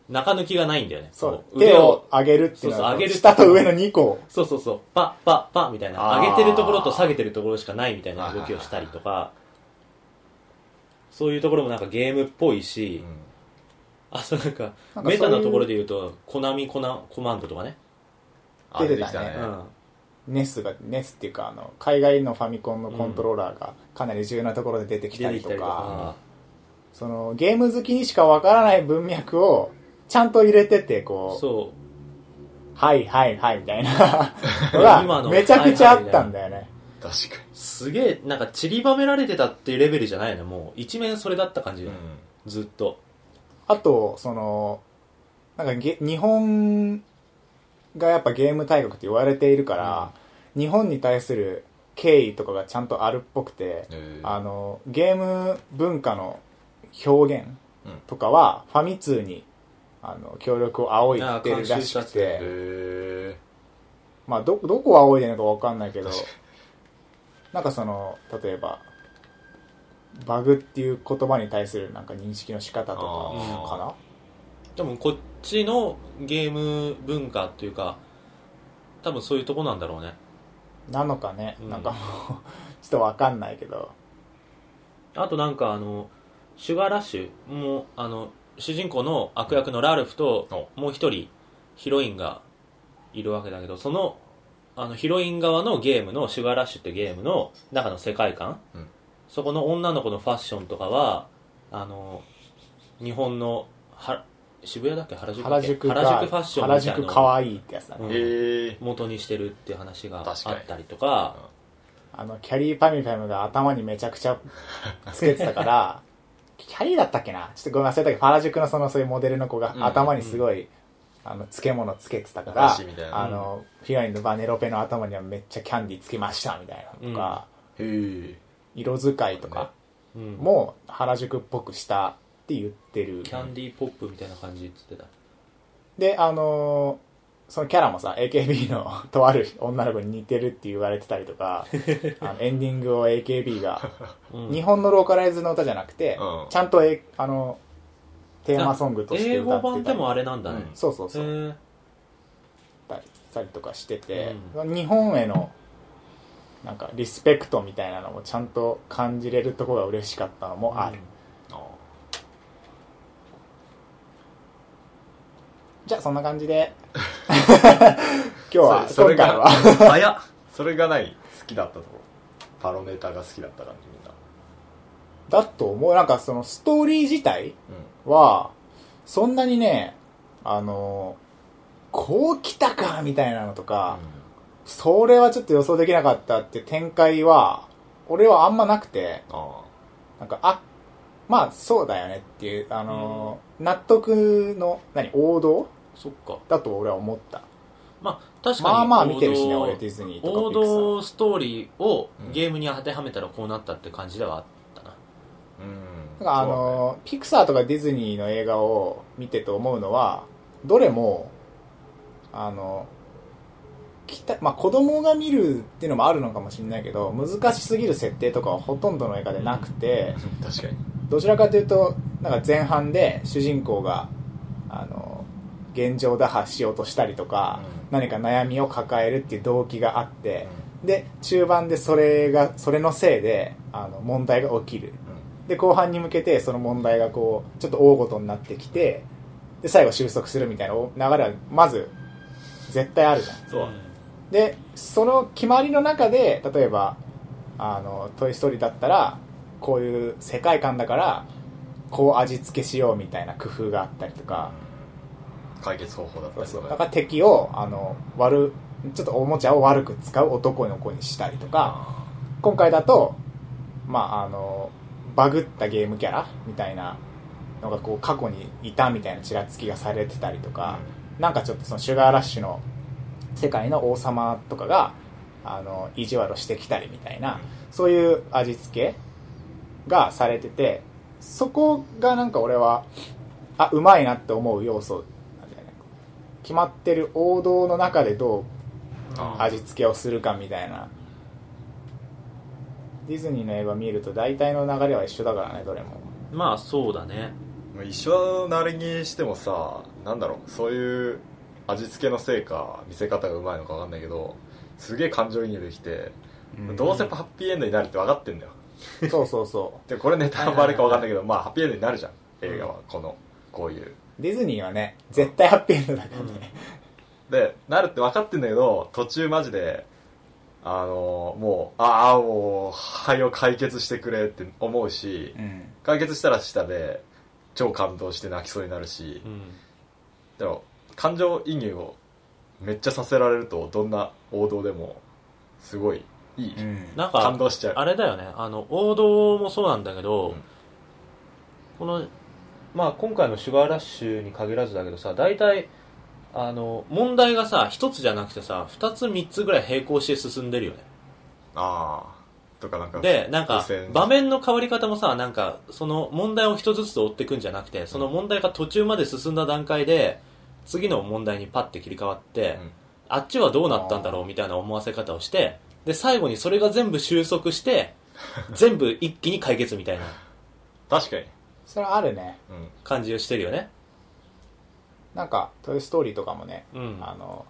C: 中抜きがないんだよね
B: そう。
C: 腕
B: 手
C: を
B: を上げるっていうの
C: そうそう
B: は
C: 上げ、る
B: 下と上の2個を。
C: そうそうそうパッパッパッみたいな
A: あー
C: 上げてるところと下げてるところしかないみたいな動きをしたりとかそういうところもなんかゲームっぽいし、
A: うん
C: あとなんか
B: なんかそうい
C: メ
B: う
C: タなところで言うとコナミコナコマンドとかね、
A: あ
B: 出てたね
C: う
A: うん
C: ん、
B: ネスが、ネスっていうか、あの、海外のファミコンのコントローラーがかなり重要なところで出てき
C: 出
B: た
C: て
B: り
C: き
B: と
C: たり
B: か、
C: とか、
B: その、ゲーム好きにしかわからない文脈を、ちゃんと入れてて、こう、
C: そう
B: はいはいはいみたい なのが、めちゃくちゃあったんだよね。
A: 確か
C: すげえなんか散りばめられてたっていうレベルじゃないのもう一面それだった感じ
A: に
C: よ、
A: うん
C: ずっと
B: あと、その、なんかゲ、日本がやっぱゲーム大国って言われているから、日本に対する敬意とかがちゃんとあるっぽくて、
A: えー
B: あの、ゲーム文化の表現
A: うん
B: とかは、ファミ通に、あの、協力を仰いでるらし
C: あ監修したっ
B: く
C: すね
A: へ
B: て、
A: え
B: まあ、ど、どこを仰いでるのかわかんないけど
A: 確か、
B: なんかその、例えば、バグっていう言葉に対するなんか認識の仕方と
A: あ
B: か
A: ー
B: かな
C: 多分こっちのゲーム文化っていうか多分そういうとこなんだろうね
B: なのかね、
C: うん
B: なんかもうちょっとわかんないけど
C: あとなんかあのシュガーラッシュもあの主人公の悪役のラルフともう一人ヒロインがいるわけだけどそのあのヒロイン側のゲームのシュガーラッシュってゲームの中の世界観、
A: うん
C: そこの女の子のファッションとかはあの日本のは渋谷だっけ原宿だ
B: 原
C: っけ
B: 宿が
C: 原宿ファッションみ
B: 原
C: たいな
B: 宿
C: の
B: 可
C: を
B: 愛いってやつだね、
C: うん
A: ええ
C: 元にしてるっていう話が
A: 確か
C: あ
A: に
C: ったりとか
B: あのキャリーパミュパミュが頭にめちゃくちゃつけてたから キャリーだったっけなちょっとごめん忘れたけど原宿のそのそういうモデルの子が
A: うん
B: 頭にすごい、あの漬物つけてたか
A: お
B: ら
A: 菓子みたいな
B: あのフィアリのバネロペの頭にはめっちゃキャンディーつけましたみたいなのとか、
A: へえ
B: 色使いとか
C: うん
B: も原宿っぽくしたって言ってる
C: キャンディーポップみたいな感じって言って
B: であのーそのキャラもさ AKB の とある女の子に似てるって言われてたりと かあのエンディングを AKB が
C: た、うん
B: 日本のローカライズの歌じゃなくて、
A: うん
B: ちゃんと、えあのテーマソングとして
C: 英
B: 歌っ
C: 語
B: て
C: 版
B: た
C: で
B: り
C: もあれなんだね、
A: うん
B: そうそうそう
C: へ
B: たりしたりとかしてて、日本へのなんかリスペクトみたいなのもちゃんと感じれるとこが嬉しかったの
C: ー
B: もある、じゃあそんな感じ で今日は
A: それ
B: 今回
A: が
B: は
A: 早っそれがない好きだったとこパロメーターが好きだった感じみんな
B: だと思うなんかそのストーリー自体はそんなにねあのこう来たかみたいなのとか、それはちょっと予想できなかったって展開は俺はあんまなくて
A: ああ
B: なんかあまあそうだよねっていうあの、納得の何王道
C: そっか
B: だと俺は思った
C: まあ確かに
B: まあまあ見てるしね
C: 王道
B: 俺ディズニーとか
C: 王
B: ピクサー
C: 道ストーリーを
A: うん
C: ゲームに当てはめたらこうなったって感じではあったな、
A: うん
B: なんかあ
A: そう
B: の、ピクサーとかディズニーの映画を見てと思うのは、どれも、あの、きたまあ、子供が見るっていうのもあるのかもしれないけど、難しすぎる設定とかはほとんどの映画でなくて、
A: だね確かに
B: どちらかというと、なんか前半で主人公が、あの、現状打破しようとしたりとか、
A: う
B: 何か悩みを抱えるっていう動機があって、で、中盤でそれが、それのせいで、あの、問題が起きる。で後半に向けてその問題がこうちょっと大ごとになってきてで最後収束するみたいなお流れはまず絶対あるじゃん
A: そうだね
C: う
B: でその決まりの中で例えば「あのトイ・ストーリー」だったらこういう世界観だからこう味付けしようみたいな工夫があったりとか
A: 解決方法だった
B: そう
A: り
B: そ
A: と
B: う
A: か
B: だから敵をあの悪ちょっとおもちゃを悪く使う男の子にしたりとか
A: あ
B: 今回だと、まあ、あのバグったゲームキャラみたいなのがこう過去にいたみたいなちらつきがされてたりとか、なんかちょっとそのシュガーラッシュの世界の王様とかがあの意地悪してきたりみたいな、そういう味付けがされててそこがなんか俺はあうまいなって思う要素なんだよね決まってる王道の中でどうん
A: あ
B: 味付けをするかみたいなディズニーの映画見ると大体の流れは一緒だからねどれ も
C: まあそうだね
A: まあ一緒なりにしてもさなんだろうそういう味付けのせいか見せ方がうまいのか分かんないけどすげえ感情移入できて、どうせハッピーエンドになるって分かってんだよ
B: そうそうそ
A: でこれネタバレか分かんないけどまあハッピーエンドになるじゃん映画はこのこういう
B: うディズニーはね絶対ハッピーエンドだからね、
A: でなるって分かってんだけど途中マジであのもうああもう肺を解決してくれって思うし
B: うん、
A: 解決したらしたで超感動して泣きそうになるし、
C: うん
A: でも感情移入をめっちゃさせられるとどんな王道でもすごいいい、
C: なんか
A: 感動しちゃう
C: あれだよねあの王道もそうなんだけど、
A: うん
C: このまあ今回の「シュガーラッシュ」に限らずだけどさ大体あの問題がさ一つじゃなくてさ二つ三つぐらい並行して進んでるよね
A: ああとかなんか
C: でなんか
A: 付箋
C: 場面の変わり方もさなんかその問題を一つずつ追っていくんじゃなくてその問題が途中まで進んだ段階で次の問題にパッて切り替わって、
A: うん
C: あっちはどうなったんだろうみたいな思わせ方をしてで最後にそれが全部収束して全部一気に解決みたいな
A: 確かに、
B: それはあるね
A: うん、
C: 感じをしてるよね
B: なんか「トイ・ストーリー」とかもね、
C: うん
B: あの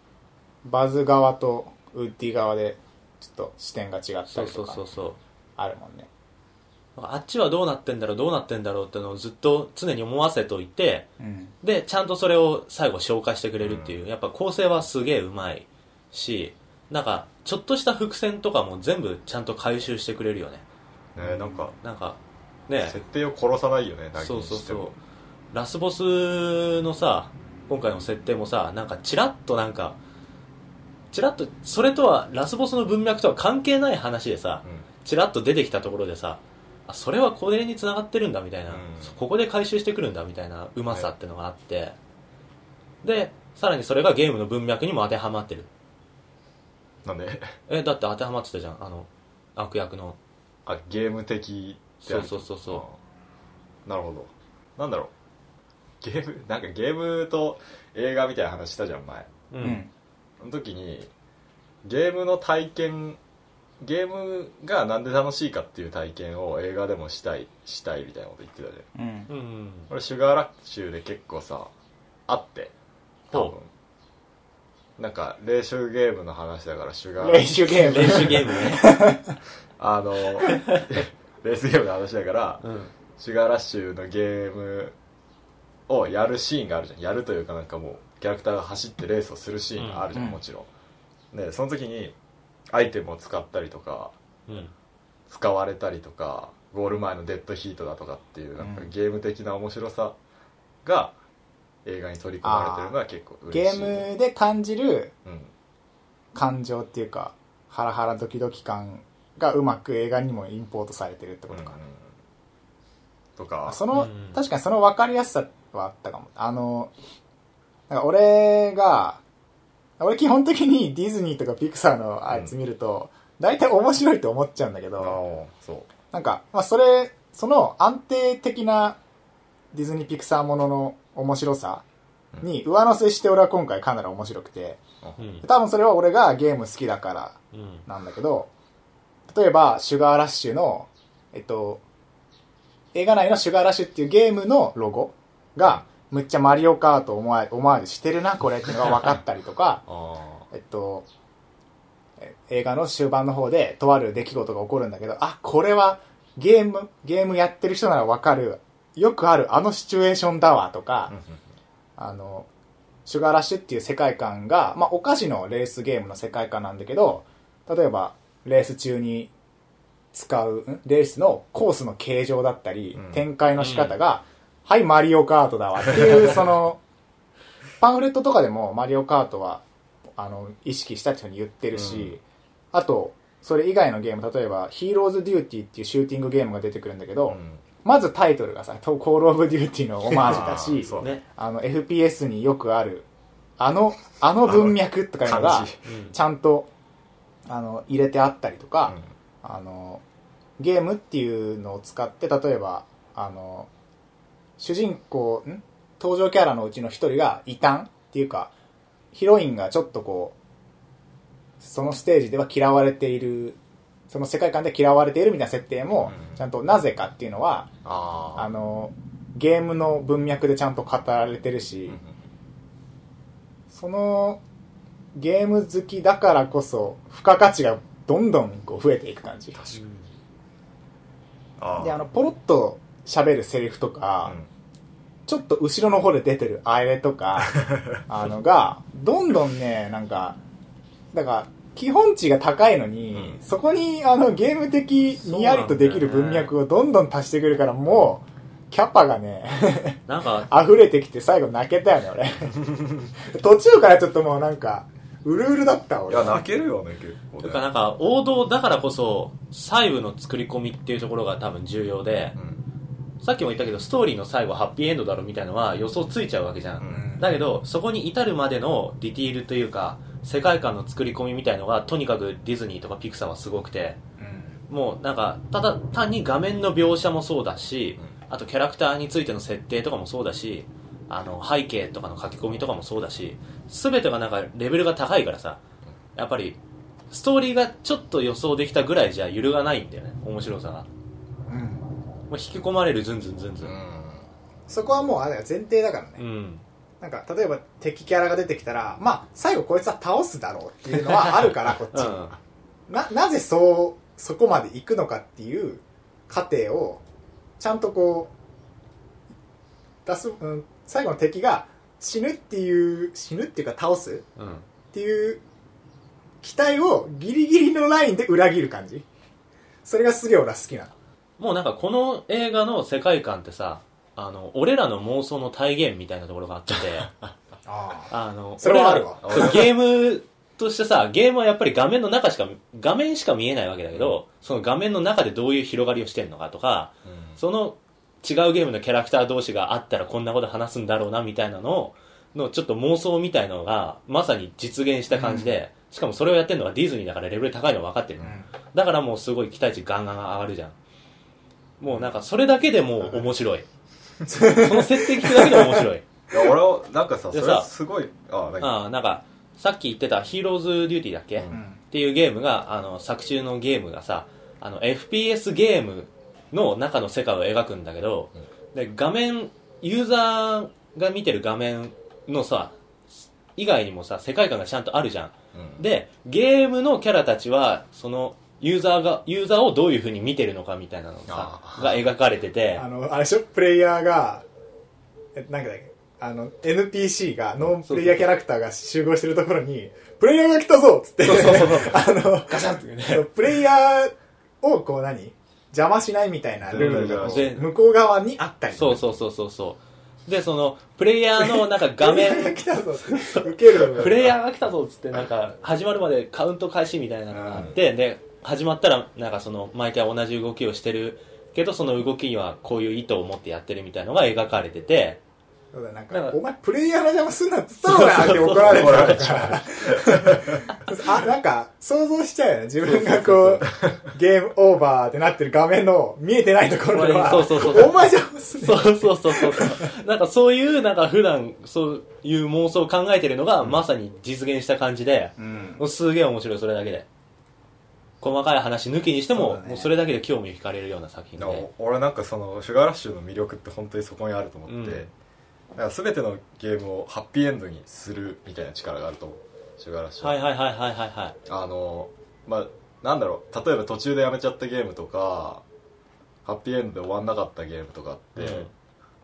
B: バズ側とウッディ側でちょっと視点が違ったりとか
C: そうそうそうそう
B: あるもんね
C: あっちはどうなってんだろうどうなってんだろうってのをずっと常に思わせといて
B: うん
C: でちゃんとそれを最後消化してくれるっていう、やっぱ構成はすげえうまいしなんかちょっとした伏線とかも全部ちゃんと回収してくれるよね
A: ねなんか、
C: なんかね
A: 設定を殺さないよね何にして
C: そ
A: も
C: うそうそうラスボスのさ今回の設定もさなんかチラッとなんかチラッとそれとはラスボスの文脈とは関係ない話でさ
A: うん
C: チラッと出てきたところでさあそれはこれに繋がってるんだみたいな、
A: うん
C: ここで回収してくるんだみたいなうまさってのがあって、でさらにそれがゲームの文脈にも当てはまってる
A: なんで
C: えだって当てはまってたじゃんあの悪役の
A: あゲーム的ってある
C: そうそうそうそ
A: あーなるほどなんだろうゲームなんかゲームと映画みたいな話したじゃん前
C: う、
D: うんん
A: その時にゲームの体験ゲームがなんで楽しいかっていう体験を映画でもしたいしたいみたいなこと言ってたじゃん
D: うん
C: うんうん
A: 俺シュガーラッシュで結構さあって多分
C: ほ
A: なんか練習ゲームの話だからシュガー
B: 練習ゲーム
C: 練習ゲームね、
A: あのレースゲームの話だから
C: うん、
A: シュガーラッシュのゲームをやるシーンがあるじゃんやるというかなんかもうキャラクターが走ってレースをするシーンがあるじゃん、
D: うん
A: もちろんでその時にアイテムを使ったりとか
C: うん
A: 使われたりとかゴール前のデッドヒートだとかっていうなんか
D: うん
A: ゲーム的な面白さが映画に取り込まれてるのは結構
B: ゲ
A: 嬉しい、
B: ームで感じる
A: ム、
B: 感情っていうかハラハラドキドキ感がうまく映画にもインポートされてるって
A: う
B: こ
A: ん、
B: と
A: と
B: か
A: か、とか
B: その、
C: うん
B: 確かにその分かりやすさはあったかもあのなんか俺が俺基本的に ディズニーとかピクサーのあいつ見ると、大体面白いと思っちゃうんだけ
A: ああ
B: ど
A: そ、
B: なんか、まあ、それその安定的なディズニーピクサーものの面白さに上乗せして俺は今回かなり面白くて
C: うん
B: 多分それは俺がゲーム好きだから
C: うん
B: なんだけど、例えば、シュガーラッシュの、えっと、映画内のシュガーラッシュっていうゲームのロゴが、むっちゃマリオカートをオマオマージュしてるな、これっていうのが分かったりとか
A: あ
B: えっと、え映画の終盤の方で、とある出来事が起こるんだけど、あ、これはゲーム、ゲームやってる人なら分かる、よくあるあのシチュエーションだわとか、あの、シュガーラッシュっていう世界観が、まあ、お菓子のレースゲームの世界観なんだけど、例えば、レース中に使う、んレースのコースの形状だったり、
A: うん
B: 展開の仕方が、はい、マリオカートだわっていう、その、パンフレットとかでもマリオカートは、あの、意識したっていうふうに言ってるし、
A: うん
B: あと、それ以外のゲーム、例えば、ヒーローズデューティーっていうシューティングゲームが出てくるんだけど、
A: うん
B: まずタイトルがさ、コールオブデューティーのオマージュだ
A: あー
B: し、
A: そう
C: ね、
B: あの、FPS によくある、あの、あの文脈とかいうの
A: あの
B: が
A: 感じ、
C: うん
B: ちゃんと、あの、入れてあったりとか、
A: うん
B: あの、ゲームっていうのを使って、例えば、あの、主人公、ん登場キャラのうちの一人が異端っていうか、ヒロインがちょっとこう、そのステージでは嫌われている、その世界観で嫌われているみたいな設定も
A: う、ん
B: ちゃんとなぜかっていうのは、
A: あー
B: あの、ゲームの文脈でちゃんと語られてるし、
A: うん
B: そのゲーム好きだからこそ付加価値がどんどんこう増えていく感じで
A: あー
B: あのポロッと喋るセリフとか、ちょっと後ろの方で出てるあれ とかあのがどんどんねなんかだから基本値が高いのに、
A: うん
B: そこにあのゲーム的にやりとできる文脈をどんどん足してくるからもうキャパがね
C: なんか
B: 溢れてきて最後泣けた よね俺途中からちょっともうなんかうるうるだった
A: うん
B: 俺
A: いや泣けるよね結構ね
C: というかなんか王道だからこそ細部の作り込みっていうところが多分重要で
A: う、ん
C: さっきも言ったけどストーリーの最後ハッピーエンドだろみたいなのは予想ついちゃうわけじゃ、
A: うんん
C: だけどそこに至るまでのディティールというか世界観の作り込みみたいのがとにかくディズニーとかピクサーはすごくてもうなんかただ単に画面の描写もそうだしあとキャラクターについての設定とかもそうだしあの背景とかの書き込みとかもそうだし全てがなんかレベルが高いからさやっぱりストーリーがちょっと予想できたぐらいじゃ揺るがないんだよね面白さが
B: うん
C: もう引き込まれるズンズンズンズ
A: う
C: ン
A: ん
B: そこはもうあれだよ前提だからね、
C: うん
B: なんか例えば敵キャラが出てきたらまあ最後こいつは倒すだろうっていうのはあるからこっち
C: うん
B: に、ななぜそうそこまで行くのかっていう過程をちゃんとこう出す、うん、最後の敵が死ぬっていう死ぬっていうか倒す
C: うん
B: っていう期待をギリギリのラインで裏切る感じそれがすげえ俺は好きなの
C: もうなんかこの映画の世界観ってさあの俺らの妄想の体現みたいなところがあって
B: ああ
C: あの
B: それは
C: 俺ら
A: あるわ
C: そうゲームとしてさゲームはやっぱり画面の中しか画面しか見えないわけだけど、その画面の中でどういう広がりをしてんのかとかその違うゲームのキャラクター同士があったらこんなこと話すんだろうなみたいなのをのちょっと妄想みたいなのがまさに実現した感じで、しかもそれをやってるのがディズニーだからレベル高いの分かってるの、
B: うん
C: だからもうすごい期待値ガンガン上がるじゃんもうなんかそれだけでもう面白いその設定聞くだけでも面白い
A: いや俺はなんかさそ
C: で
A: れ
C: さ
A: すごいあ何
C: ああなんかさっき言ってた「ヒーローズ・デューティー」だっけ、
A: う
B: うん
C: っ
B: ん
C: ていうゲームがあの作中のゲームがさあの FPS ゲームの中の世界を描くんだけど、で画面ユーザーが見てる画面のさ以外にもさ世界観がちゃんとあるじゃん
A: うん
C: でゲームのキャラたちはそのユーザーがユーザーをどういうふうに見てるのかみたいなのが
A: あ
C: が描かれてて
B: あのあれでしょプレイヤーがえなんかだっけあの NPC がノンプレイヤーキャラクターが集合してるところにプレイヤーが来たぞっつって
C: そうそうそうそう
B: あの
C: ガシャンってね
B: そうプレイヤーをこう何邪魔しないみたいなルールがこ
C: で
B: う向こう側にあったり
C: そうそうそうそうそうでそのプレイヤーのなんか画
B: プレイヤーが
C: 面
B: 来たぞ受ける
C: プレイヤーが来たぞっつってなんか始まるまでカウント開始みたいなのがあって、で始まったらなんかその毎回同じ動きをしてるけどその動きにはこういう意図を持ってやってるみたいのが描かれてて
B: そうだなん
C: なん
B: か
C: か
B: お前プレイヤーの邪魔すんなっつったのかなって怒られ
A: 怒ら
B: て
A: れ
B: る
A: ち
B: か
A: ゃう
B: ら あなんか想像しちゃうよね自分がこうゲームオーバーってなってる画面の見えてないところでは
C: そうそうそうそう
B: お前邪魔すんな
C: そうそうそうそうそうなんかそういうなんか普段そういう妄想を考えてるのがまさに実現した感じで、
B: うん
C: もうすげえ面白いそれだけで細かい話抜きにして
B: そう
C: も
B: だね
C: もうそれだけで興味を惹かれるような作品で、
A: お俺なんかそのシュガーラッシュの魅力って本当にそこにあると思って、
C: うん
A: だから全てのゲームをハッピーエンドにするみたいな力があると思うシュガーラッシュは
C: はいはいはいはいはいはい
A: あのまあなんだろう例えば途中でやめちゃったゲームとかハッピーエンドで終わんなかったゲームとかって、
C: うん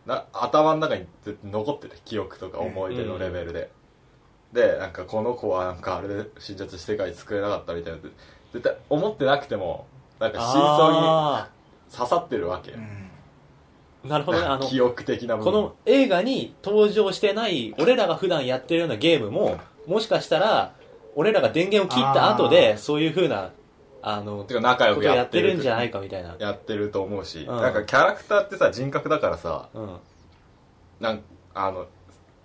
A: な頭の中にずっと残ってて記憶とか思い出のレベルで、でなんかこの子はなんかあれで死んじゃって世界作れなかったみたいな絶対思ってなくてもなんか真相に
C: あ
A: 刺さってるわけ、
B: うん
C: ーなるほどね あの
A: 記憶的な部
C: こ
A: 分
C: の映画に登場してない俺らが普段やってるようなゲームももしかしたら俺らが電源を切った後
B: あ
C: で
B: ー
C: そういうふうなあの
A: てか仲良
C: こ
A: く
C: とを
A: や
C: やっ
A: って
C: て
A: る
C: るんじゃないかみたいな、
A: やってると思うし、
C: ん
A: なんかキャラクターってさ人格だからさ
C: うん、
A: なんあの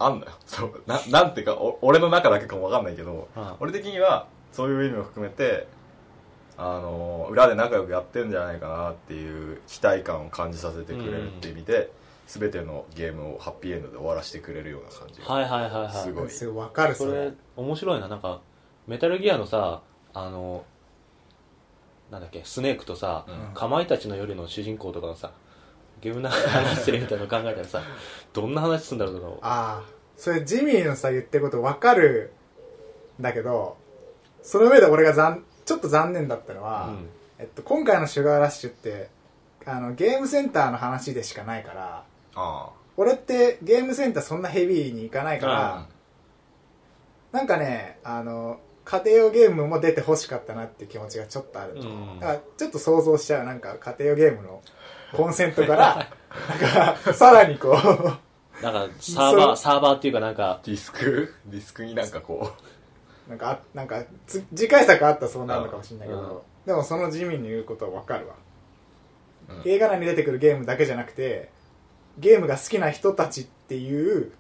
A: あんのよそうななんていうかお俺の中だけかもわかんないけど、
C: うん
A: 俺的にはそういう意味も含めてあの裏で仲良くやってるんじゃないかなっていう期待感を感じさせてくれるっていう意味で、全てのゲームをハッピーエンドで終わらせてくれるような感じが、
C: はいはいはいはい
A: すごい
B: すごいわかる
C: そ
B: それ
C: れ面白いななんかメタルギアのさあのなんだっけスネークとさ、
A: うん
C: かまいたちの夜の主人公とかのさゲームの話してるみたいなの考えたらさどんな話すんだろうとか
B: ああそれジミーのさ言ってることわかるんだけどその上で俺がざんちょっと残念だったのは、
C: うん
B: えっと、今回の「シュガーラッシュ」ってあのゲームセンターの話でしかないから
A: あ
B: 俺ってゲームセンターそんなヘビーに行かないから、なんかねあの家庭用ゲームも出てほしかったなっていう気持ちがちょっとある、
C: うん
B: だからちょっと想像しちゃうなんか家庭用ゲームのコンセントからなんかさらにこう
C: なんかサーバ
B: そ
C: ーサーバーっていうかなんか
A: ディスク ディスクになんかこ
B: なんかあなんかつ次回作あったらそうなるのかもしれないけど、
C: うん
B: でもその地味に言うことは分かるわ、
A: うん
B: 映画内に出てくるゲームだけじゃなくてゲームが好きな人たちっていう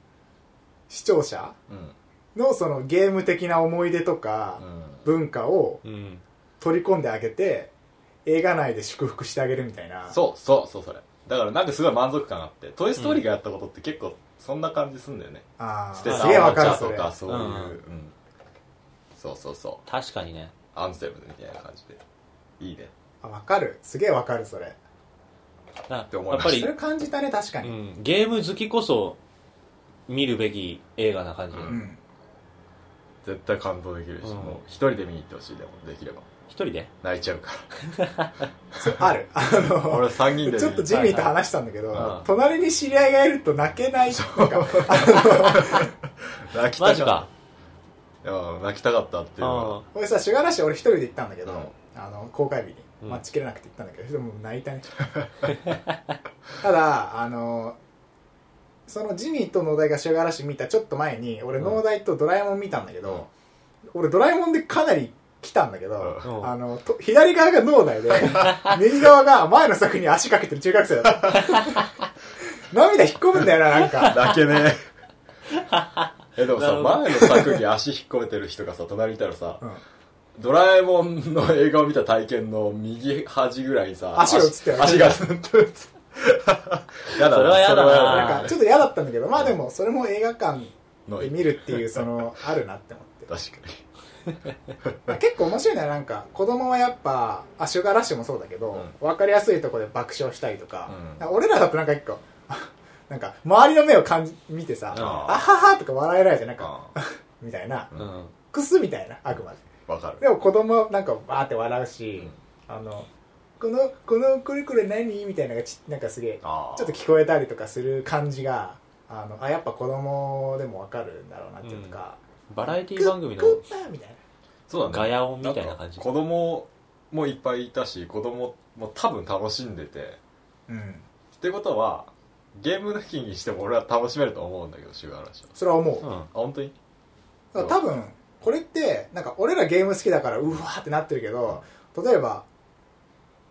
B: 視聴者
A: ううん
B: のそのゲーム的な思い出とか
A: うん
B: 文化を
C: うん
B: 取り込んであげて映画内で祝福してあげるみたいな
A: そうそうそうそれだからなんかすごい満足感あって「トイ・ストーリー」がやったことって結構そんな感じすんだよね、
B: ああ
A: 捨
B: す
A: てた
B: げえ分かる
A: お
B: そ
A: も
B: れ
A: ちゃとかそういう、
C: う
A: うんんそうそうそう
C: 確かにね
A: アンセムみたいな感じでいいね
B: あ分かるすげえ分かるそれ
C: だ
A: っ
C: か
A: て
C: ら
A: 思
C: や
A: い
C: っ
A: ま
C: ぱ
A: し
C: り
B: それ感じたね確か
C: う
B: に、
C: ん、ゲーム好きこそ見るべき映画な感じ、
A: う
B: うんん
A: 絶対感動できるし、
C: うん
A: もう一人で見に行ってほしいでもできれば
C: 一人で
A: 泣いちゃうか
B: それ あるあ
A: ら
B: の
A: 俺3人で見に
B: ちょっとジミーと話したんだけど、
A: はいはいうん
B: 隣に知り合いがいると泣けないなんか
A: 泣きたかった
C: マジか
A: いや泣きたかったっていうの
C: あ
A: は
B: 俺さ「シュガーラッシュ」俺一人で行ったんだけど、
A: うん
B: あの公開日に
C: ーうん
B: 待ちきれなくて行ったんだけど、でも泣いたねただあのそのジミーと農大が塩原市見たちょっと前に俺
C: うん
B: 農大とドラえもん見たんだけど、俺ドラえもんでかなり来たんだけど、
C: うん
B: あのと左側が脳内で右側が前の作に足かけてる中学生だった涙引っ込むんだよななんか
A: だけね えでも
C: な
A: さ
C: るほど
A: 前の作に足引っ込めてる人がさ隣にいたらさ、
B: うん
A: ドラえもんの映画を見た体験の右端ぐらいにさ
B: 足が映ってる
A: 足足が ずっと映ってやだな
C: それはやだな
A: それはや
B: なんかちょっと嫌だったんだけどまあでもそれも映画館
A: の
B: で
A: 確
B: 見るっていうそのあるなって思って
A: か
B: まあ結構面白いのはなんか子供はやっぱあシュガーラッシュもそうだけど、分かりやすいところで爆笑したりとか,、
A: うん
B: 俺らだとなんか結構あ なんか周りの目を感じ見てさ「
A: あ
B: あ
A: あ
B: はは」とか笑えないじゃんなん
A: に
B: かみたいな
A: う
C: うんん
B: クスみたいなあくまで
A: わかる
B: でも子供なんかバーって笑うし、あのこのこのこれこれ何みたいなのがちなんかすげえ
A: あー
B: ちょっと聞こえたりとかする感じがあのあやっぱ子供でも分かるんだろうなっていうか、
C: バラエティ番組の
B: クッパーみたいな
A: そうだ
C: ガ
A: ね
C: ヤ音みたいな感じ
A: んか子供もいっぱいいたし子供も多分楽しんでて
B: うん
A: ってことはゲーム抜きにしても俺は楽しめると思うんだけどシュガーラッシュは
B: それは思う、
C: うん
A: あ本当に
B: だから多分これってなんか俺らゲーム好きだからうわーってなってるけど例えば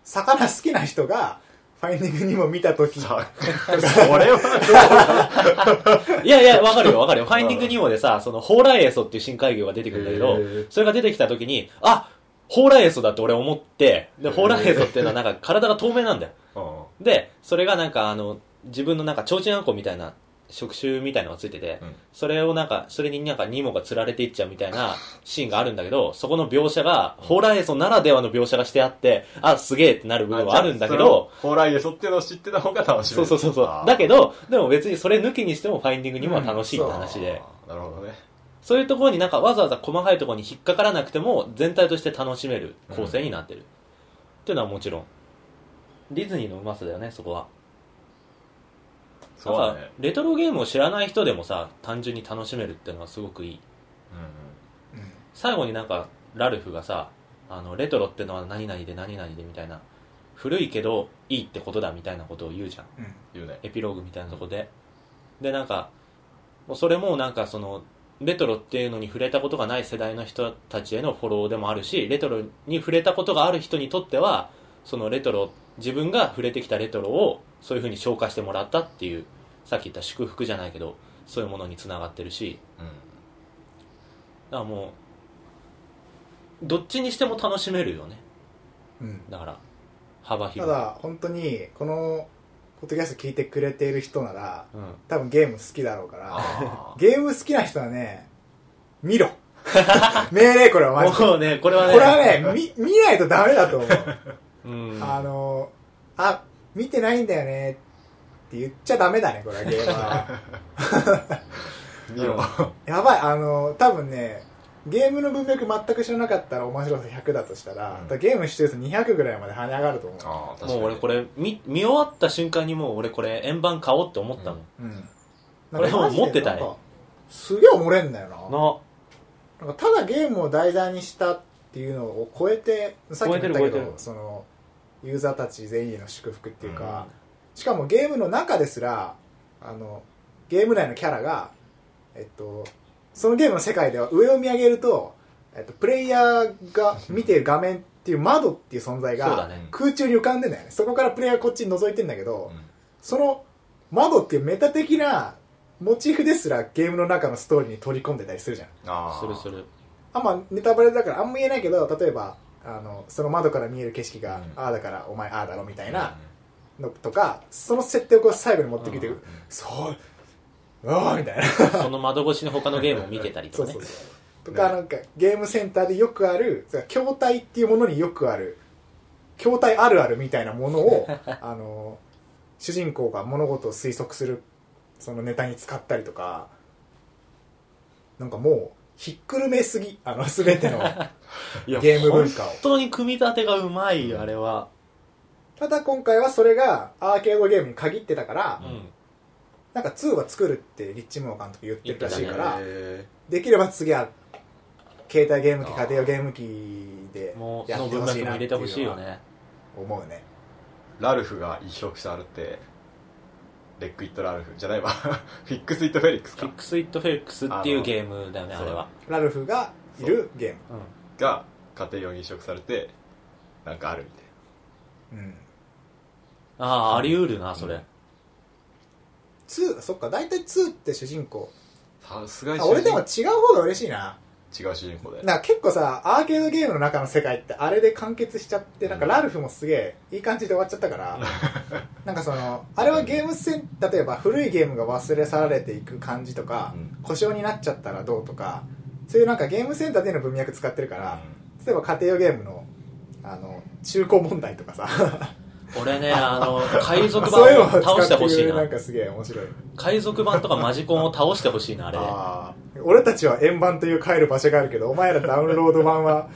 B: 魚好きな人が「ファインディングにも見た時
A: さそれは
C: いやいや、わかるよ、わかるよ。ファインディングニモでさ、その、蓬莱エソっていう深海魚が出てくるんだけ
A: へ
C: ど
A: ー、
C: それが出てきた時に、あ蓬莱エソだって俺思って、で、
A: へー
C: 蓬莱エソっていうのはなんか体が透明なんだよ。
A: ど
C: で、それがなんかあの、自分のなんか提灯あんこみたいな触手みたいのがついてて、
A: うん
C: それをなんか、それになんかニモが釣られていっちゃうみたいなシーンがあるんだけど、そこの描写が、蓬莱エソならではの描写がしてあって、あ、すげえってなる部分はあるんだけど、
A: ホーライエソっていうのを知ってた方が楽しめ
C: そう
A: る
C: そうそうそう。だけど、でも別にそれ抜きにしてもファインディングニモは楽しいって話で。
A: あーなるほどね
C: そういうところになんかわざわざ細かいところに引っかからなくても全体として楽しめる構成になってる、っていうのはもちろんディズニーのうまさだよねそこは
A: そうだ
C: なん
A: ね
C: かレトロゲームを知らない人でもさ単純に楽しめるっていうのはすごくいい
A: うんうん
C: 最後になんかラルフがさあのレトロってのは何々で何々でみたいな古いけどいいってことだみたいなことを言うじゃん
B: うん
A: 言うね
C: エピローグみたいなとこででなんかもうそれもなんかそのレトロっていうのに触れたことがない世代の人たちへのフォローでもあるしレトロに触れたことがある人にとってはそのレトロ自分が触れてきたレトロをそういうふうに消化してもらったっていうさっき言った祝福じゃないけどそういうものにつながってるし
A: うん
C: だからもうどっちにしても楽しめるよね
B: うん
C: だから幅
B: た
C: 広い、
B: だ本当にこのポッドキャスト聞いてくれている人なら
C: うん、
B: 多分ゲーム好きだろうから
A: あ
B: ゲーム好きな人はね見ろ 命令これはマ ジで
C: もうねこれはね
B: これはね見見ないとダメだと思う
C: うん
B: あのあ見てないんだよねって言っちゃダメだねこれはゲームは
A: ー 見ろ
B: やばい、あの、多分ね、ゲームの文脈全く知らなかったら面白さ100だとしたら、
A: うん
B: 多分ゲームしてると200ぐらいまで跳ね上がると思
A: あー確か
C: も
A: に
C: う俺これ見見終わった瞬間にもう俺これ円盤買おうって思ったもん、
B: う。うん。
C: これもう持ってたね
B: なんかすげえおもれんだよな。
C: の
B: なんかただゲームを題材にしたっていうのを超えて、さっきも言った
C: 超
B: け
C: えてる超えて
B: ど
C: る、
B: その、ユーザーたち全員への祝福っていうか、しかもゲームの中ですら、あの、ゲーム内のキャラが、えっと、そのゲームの世界では上を見上げると、えっと、プレイヤーが見てる画面っていう窓っていう存在
C: そうだ
B: が
C: ね
B: 空中に浮かんでんだよね。そこからプレイヤーこっちに覗いてんだけど、
A: うん
B: その窓っていうメタ的なモチーフですらゲームの中のストーリーに取り込んでたりするじゃん。
A: あ
C: するす
A: る
C: る
B: あんまネタバレだからあんま言えないけど、例えば、あの、その窓から見える景色が、
A: うん
B: ああだからお前ああだろみたいなのとか、その設定をこう最後に持ってきて、
C: うん
B: そう、うわーみたいな。
C: その窓越しに他のゲームを見てたり
B: そ
C: と
B: う
C: かね
B: そうそう。とか、なんか、ゲームセンターでよくある、それから筐体っていうものによくある、筐体あるあるみたいなものを、あの、主人公が物事を推測する、そのネタに使ったりとか、なんかもう、ひっくるめすぎ、あの、すべての
C: いや
B: ゲーム文化を。
C: 本当に組み立てがうまいよあれは
B: ただ今回はそれがアーケードゲームに限ってたから、
C: うん
B: なんか2は作るってリッチ・ムーア監督言ってるらしい
A: だ
B: か、
A: かららえ
B: できれば次は携帯ゲーム機家庭用ゲーム機で
C: もう
B: や
C: そ
B: っ
C: の
B: て
C: 文
B: ほしい
C: 脈も
B: なっ
C: 入
B: てい
C: れ
B: う
C: て
B: の
C: ほしいよ
B: は
C: ね
B: 思うね
A: ラルフが移植したあれってレック・イット・ラルフじゃないわ フィックス・イット・フェリックス
C: キ
A: か
C: ックスイットフェリックスっていうゲームだよね
A: あ
C: あ
A: の
C: れは
B: ラルフがいるゲーム
C: うん
A: が家庭用に移植されてなんかあるみたい
B: うん
C: あああり得るなそれ、
B: 2そっか大体2って主人公
A: なさすがに
B: あ俺でも
A: 主
B: 違う方が嬉しいな
A: 人違う主人公で
B: なんか結構さアーケードゲームの中の世界ってあれで完結しちゃってなんか
A: うん
B: ラルフもすげえいい感じで終わっちゃったから なんかそのあれはゲーム戦例えば古いゲームが忘れ去られていく感じとか、
A: うん
B: 故障になっちゃったらどうとかそういうなんかゲームセンターでの文脈使ってるから、例えば家庭用ゲームのあの中古問題とかさ
C: 俺 ねあの海賊版
B: そういうのを
C: を
B: 使
C: 倒して
B: って
C: ほしい
B: く
C: な
B: なんかすげえ面白い
C: 海賊版とかマジコンを倒してほしいなあれ
B: あー俺たちは円盤という帰る場所があるけどお前らダウンロード版は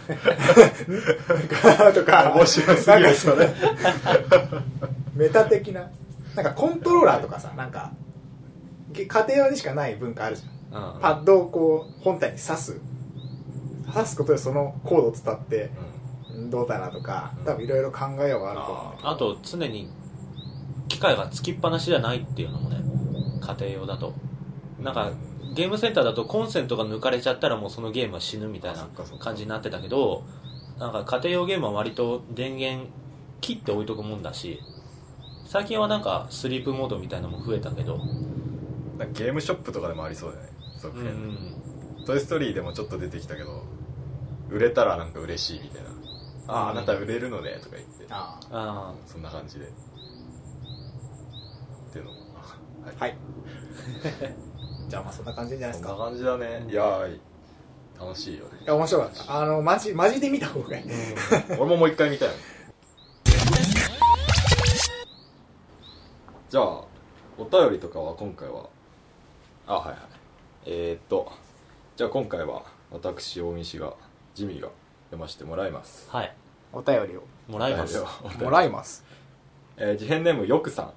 B: んとか
A: 面白すぎるそれ
B: なんかメタ的ななんかコントローラーとかさなんかげ家庭用にしかない文化あるじゃ
C: うん
B: んパッドをこう本体に刺す刺すことでそのコードを伝ってんどうだなとか多分いろいろ考えようがあると思うんだけど
C: あと常に機械がつきっぱなしじゃないっていうのもね家庭用だとなんかゲームセンターだとコンセントが抜かれちゃったらもうそのゲームは死ぬみたい
A: あそ
C: な
A: っかそっか
C: 感じになってたけどなんか家庭用ゲームは割と電源切って置いとくもんだし最近はなんかスリープモードみたいなのも増えたけど
A: なんかゲームショップとかでもありそうだよね
C: う
A: 続編、
C: ん
A: トイ・ストーリー」でもちょっと出てきたけど売れたらなんか嬉しいみたいな「あああなた売れるのね」とか言って
B: あ
C: あ
A: そんな感じでっていうのもはい
B: ーはいじゃあまあそんな感じじゃないで
A: そん
B: す
A: な
B: か
A: 感じだねいやー楽しいよね
B: いや面白かったあのマジマジで見た方がいい
A: 俺ももう一回見たよじゃあお便りとかは今回はあはいはいえー、っとじゃあ今回は私大西がジミーが読ませてもらいます
C: はい
B: お便りを
C: もらいます
A: お
C: あ
A: 便りを
B: もらいます
A: えー、事変ネームよくさん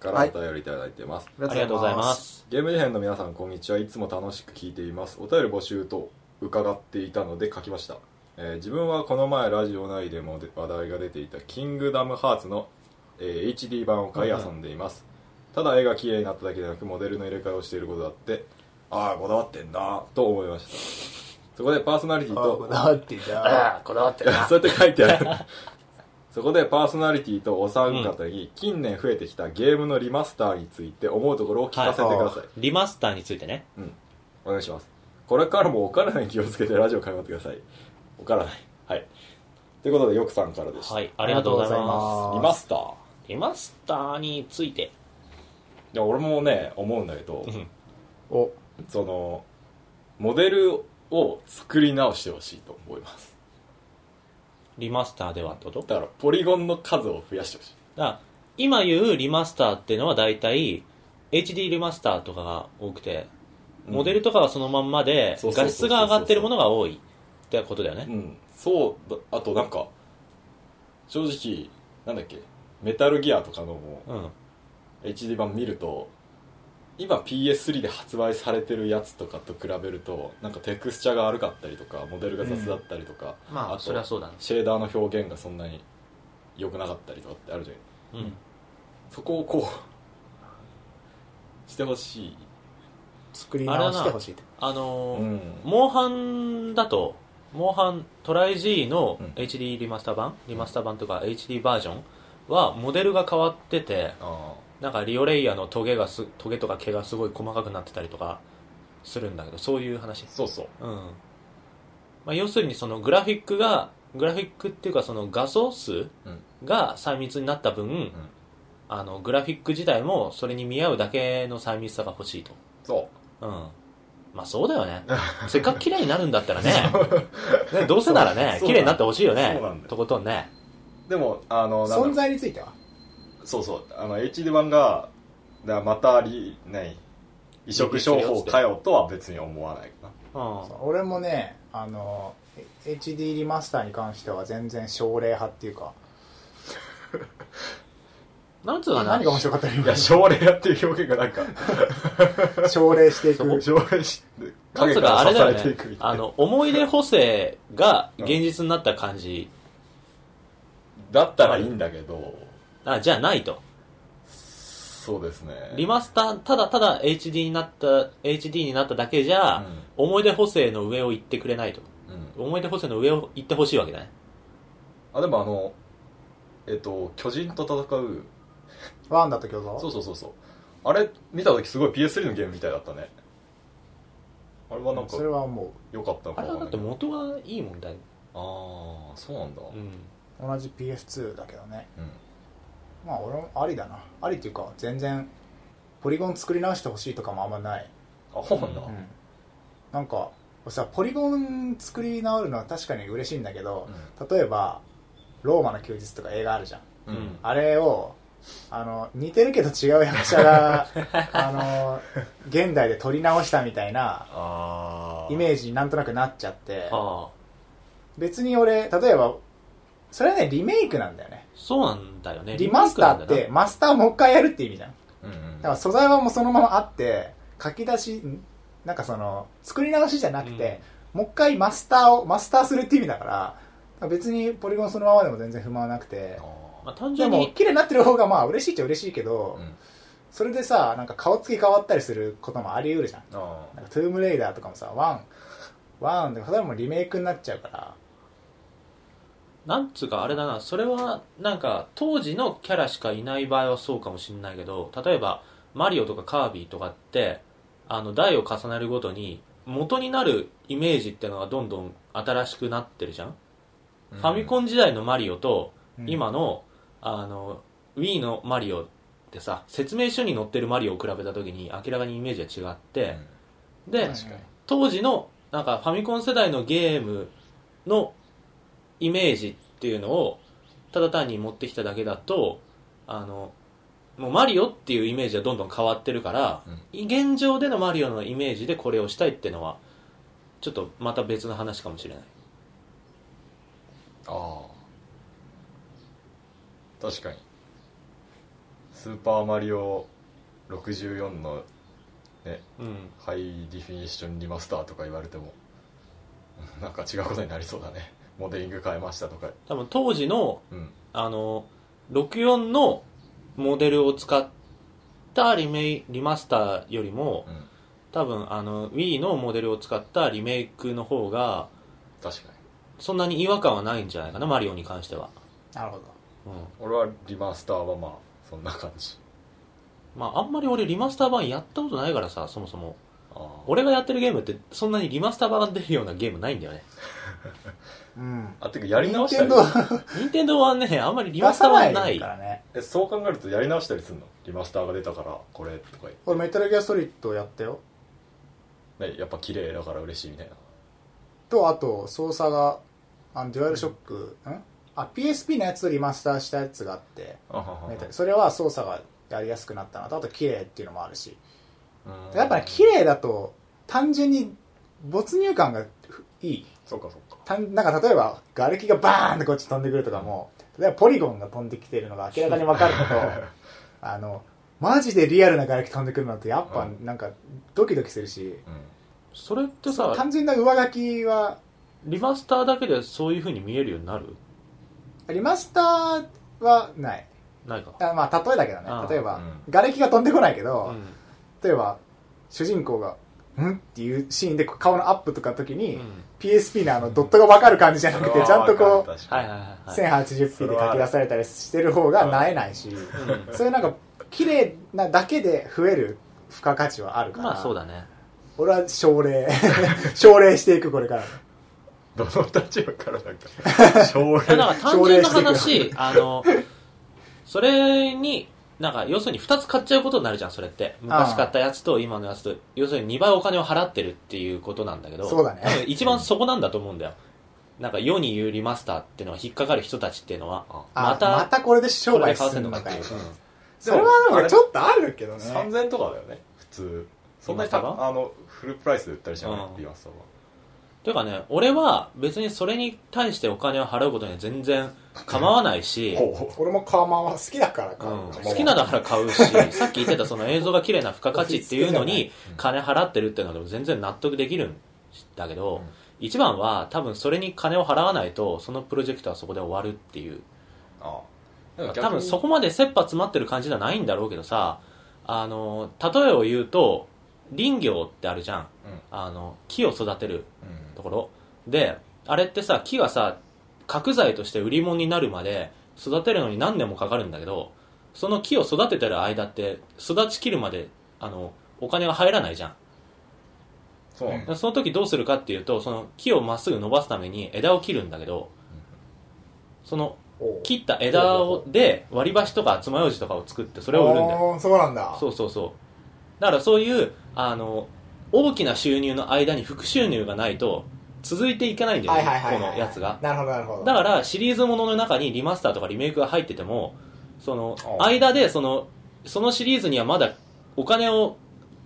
A: からお便りいただいてます、
B: あ
C: りがとうございます
A: ゲーム事変の皆さんこんにちはいつも楽しく聞いていますお便り募集と伺っていたので書きました、えー自分はこの前ラジオ内でもで話題が出ていた「キングダムハーツの」えー HD 版を買い遊んでいます、ただ絵が綺麗になっただけでなくモデルの入れ替えをしていることだってああこだわってんだと思いましたそこでパーソナリティと
B: だってだ
C: あこだわってる な
A: そうやって書いてあるそこでパーソナリティとお三方に近年増えてきたゲームのリマスターについて思うところを聞かせてください、
C: リマスターについてね
A: うんお願いしますこれからもお体に気をつけてラジオ頑張ってくださいお体にはいということでよくさんからでした、
C: はいありがとうございま
A: リマスター
C: すリマスターについて
A: いや俺もね思うんだけど
B: お
A: そのモデルを作り直してほしいと思います
C: リマスターではってこと
A: だからポリゴンの数を増やしてほしい
C: だから今言うリマスターっていうのは大体 HD リマスターとかが多くて
A: うん
C: モデルとかはそのまんまで
A: そうそうそうそう
C: 画質が上がってるものが多いってことだよ
A: う
C: ね
A: ん、そうだあとなんか正直なんだっけメタルギアとかのも
C: うん
A: HD 版見ると今 PS3 で発売されてるやつとかと比べるとなんかテクスチャが悪かったりとかモデルが雑だったりとか、
C: まあ
A: と
C: それはそうだね
A: シェーダーの表現がそんなに良くなかったりとかってあるじゃん
C: うん
A: そこをこうしてほしい、
B: 作り直してほしいと
C: あのー
A: うん
C: モンハンだとモンハントライ G の
A: うん
C: HD リマスター版、リマスター版とか HD バージョンはモデルが変わってて
A: あ
C: なんかリオレイヤーのトゲがすトゲとか毛がすごい細かくなってたりとかするんだけどそういう話
A: ーそうそう
C: うんまあ、要するにそのグラフィックがグラフィックっていうかその画素数
A: うん
C: が細密になった分、あのグラフィック自体もそれに見合うだけの細密さが欲しいと、
A: そ
C: うん、まあそうだ よねせっかく綺麗になるんだったらねねどうせならね
A: そう
C: 綺麗になってほしいよね
A: そうなんだよ
C: とことんね
A: うでもあのなんだろう
B: 存在については
A: そうそうあの HD 版がだまたりない移植商法かよとは別に思わないか
C: うん
B: そう俺もねあの HD リマスターに関しては全然奨励派っていうか
C: なんつうかな
B: 何が面白かったの
A: ないや
B: 今
A: 奨励やっていう表現がなんか
B: 奨励していく
A: 奨励して
C: なん
A: 影
C: つう
A: か
C: かあ
A: ら
C: れ
A: 刺さ
C: だ
A: れ
C: よ
A: ていく
C: ね
A: みた
C: あ
A: いな
C: の思い出補正が現実になった感じ
A: だったらいいんだけど、
C: あじゃあないと
A: そうですね。
C: リマスターただただ HD になった HD になっただけじゃ、
A: うん
C: 思い出補正の上を行ってくれないと
A: うん。
C: 思い出補正の上を行ってほしいわけだね
A: あ、でもあの、えっと、巨人と戦う、
B: ワンだったけど
A: そうそうそうそう。あれ、見たときすごい PS3 のゲームみたいだったね。あれはなんか
B: それはも
A: 良かったの
C: あ
A: か
C: れ
A: わか
C: は
A: ん
C: だ
A: な
C: っ
A: い
C: て
A: けど。
C: 元がいいもんだよ、
A: ああ、そうなんだ。
C: う、
A: うん
B: う同じ PS2 だけどね
A: ん。
B: まあ俺もありだなありっていうか全然ポリゴン作り直してほしいとかもあんまない、
A: あ、そうなんだ。
C: う
A: うんん
B: なんかさポリゴン作り直るのは確かに嬉しいんだけど、例えば「ローマの休日」とか映画あるじゃん
A: う
C: うん
A: ん。
B: あれをあの似てるけど違う役者が あの現代で撮り直したみたいな
A: ああ。ー
B: イ
A: ジ。
B: メージになんとなくなっちゃって
C: ああ
B: 別に俺例えばそれはねリメイクなんだよね
C: そうなんだよね
B: リマスターっ
C: リメイ
B: て
C: ク
B: マスターもう一回やるって意味じゃんだ
A: うんうん。
B: から素材はもうそのままあって書き出しんなんかその作り直しじゃなくて、もう一回マスターをマスターするって意味だから別にポリゴンそのままでも全然不満はなく
A: あ
B: て
C: なんだまあ、単
B: で
C: 純
B: も
C: に
B: 綺麗になってる方がまあ嬉しいっちゃ嬉しいけ
A: ー
B: ど、
A: うん。
B: それでさなんか顔つき変わったりすることもあり得るじゃん
A: あ
B: なんかトゥームレイダーとかもさワンワンでそれもリメイクになっちゃうから
C: なんつうかあれだなそれはなんか当時のキャラしかいない場合はそうかもしんないけど例えばマリオとかカービィとかってあの代を重ねるごとに元になるイメージってのがどんどん新しくなってるじゃん、
A: あ。
C: ファミコン時代のマリオと
B: うん
C: 今のあの Wii のマリオってさ説明書に載ってるマリオを比べた時に明らかにイメージが違って、で、
B: 確かに
C: 当時のなんかファミコン世代のゲームのイメージっていうのをただ単に持ってきただけだとあのもうマリオっていうイメージはどんどん変わってるから、現状でのマリオのイメージでこれをしたいっていうのはちょっとまた別の話かもしれない
A: ああ確かに「スーパーマリオ64」の
C: うん
A: ハイディフィニッションリマスターとか言われても なんか違うことになりそうだねモデリング変えましたとか
C: 多分当時の
A: うん
C: あの64のモデルを使ったリメイリマスターよりも
A: うん
C: 多分あの Wii のモデルを使ったリメイクの方が
A: 確かに
C: そんなに違和感はないんじゃないかなマリオに関しては、
B: なるほど
C: うん
A: 俺はリマスターはまあそんな感じ
C: まあ、あんまり俺リマスター版やったことないからさそもそも
A: あ
C: 俺がやってるゲームってそんなにリマスター版が出るようなゲームないんだよね
B: うん
A: ああてかやり直した
B: 任天
A: り
B: 堂
C: 任天堂はねあんまりリマ
B: 出
C: スター
B: さ
C: 版
B: な
C: ない
B: いからね
A: えそう考えるとやり直したりするのリマスターが出たからこれとか言っ
B: 俺メタルギアソリッドやったよ
A: て、ね、やっぱ綺麗だから嬉しいみたいな
B: とあと操作があのデュアルショック、んあ PSP のやつをリマスターしたやつがあって
A: あはは
B: メタルそれは操作がやりやすくなったなとあと綺麗っていうのもあるし
A: うん
B: やっぱね綺麗だと単純に没入感がふいい
A: そうかそうか
B: 単なんか例えば瓦礫がバーンってこっち飛んでくるとかも例えばポリゴンが飛んできてるのが明らかに分かるのとあのマジでリアルな瓦礫飛んでくるのってやっぱ
A: うん
B: なんかドキドキするし、
A: うん
C: それってさ
B: 単純な上書きは
C: リマスターだけでそういう風に見えるようになる
B: リマスターはない
C: ないか
B: あまあ例えだけどね
C: あー
B: 例えば、
A: うん
B: 瓦礫が飛んでこないけ
C: う
B: ど、
C: ん
B: 例えば主人公が「ん?」っていうシーンでこう顔のアップとかの時に、
C: うん
B: PSP のあのドットが分かる感じじゃなくてちゃんとこ
A: う
B: う
C: はいはいはいはい
B: 1080p で書き出されたりしてる方がなえないし、
C: うん
B: そういうなんか綺麗なだけで増える付加価値はあるから、
C: まあそうだね
B: 俺は奨励 奨励していくこれから
A: どの立場からなん か将
C: いや
A: 来
C: なんか単純な
B: 奨励
C: 話、あの、それに、なんか要するに2つ買っちゃうことになるじゃん、それって。昔買ったやつと今のやつと、要するに2倍お金を払ってるっていうことなんだけど、
B: そうだね
C: 多分一番そこなんだと思うんだよ。なんか世に言うリマスターっていうのは引っかかる人たちっていうのは、
A: あ
B: あ
C: また
B: またこれで商
C: こ
B: 売
C: れで買わ
B: す
C: せ
B: る
C: んの
B: の
C: かっ
B: か
C: てい
B: よ
C: う。
B: それはなんかちょっとあるけどね
A: 3000とかだよね普通そんなに
C: リマスター
A: たあのフルプライスで売ったりしない
C: うん
A: リマスターは
C: というかね、俺は別にそれに対してお金を払うことには全然構わないし、
A: ほ
B: 俺もカーマンは好きだから買う
C: うん
B: かも
C: 好きなだから買うし、 さっき言ってたその映像が綺麗な付加価値っていうのに金払ってるっていうのでも全然納得できるんだけど、一番は多分それに金を払わないとそのプロジェクトはそこで終わるっていう
A: ああなんか逆
C: 多
A: に
C: 分そこまで切羽詰まってる感じではないんだろうけどさあの例えを言うと林業ってあるじゃん
A: うん
C: あの木を育てる
A: うん
C: ところであれってさ木がさ角材として売り物になるまで育てるのに何年もかかるんだけどその木を育ててる間って育ちきるまであのお金が入らないじゃん
A: そうなんだ
C: その時どうするかっていうとその木をまっすぐ伸ばすために枝を切るんだけどその
B: おう
C: 切った枝をで割り箸とか爪楊枝とかを作ってそれを売るんだよ
B: あーそうなんだ
C: そうそうそうだからそういうあの大きな収入の間に副収入がないと続いていかないんだよ
B: は
C: ね、
B: いはいはいはい
C: このやつが
B: なるほどなるほど
C: だからシリーズものの中にリマスターとかリメイクが入っててもその
A: あ
C: 間でそのそのシリーズにはまだお金を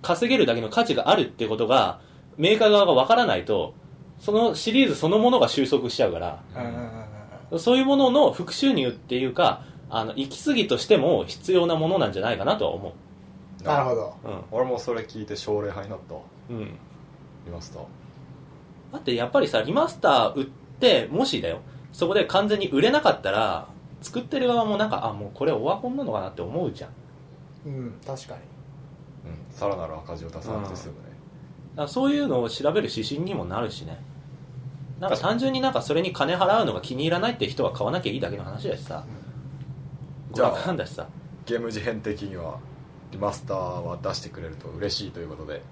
C: 稼げるだけの価値があるってことがメーカー側がわからないとそのシリーズそのものが収束しちゃうから
B: うんうんうんうん
C: そういうものの副収入っていうかあの行き過ぎとしても必要なものなんじゃないかなとは思
B: うんなるほど
C: ううん
A: 俺もそれ聞いて奨励派になったわ
C: うん、
A: リマスター
C: だってやっぱりさリマスター売ってもしだよそこで完全に売れなかったら作ってる側もなんかあもうこれオワコンなのかなって思うじゃんだ
B: うん確かに
A: うんさらなる赤字を出さなくて済むね
C: からそういうのを調べる指針にもなるしねなんか単純になんかそれに金払うのが気に入らないって人は買わなきゃいいだけの話だしさ
A: うん
C: 娯楽なんだしさ
A: ゲーム事変的にはリマスターは出してくれると嬉しいということで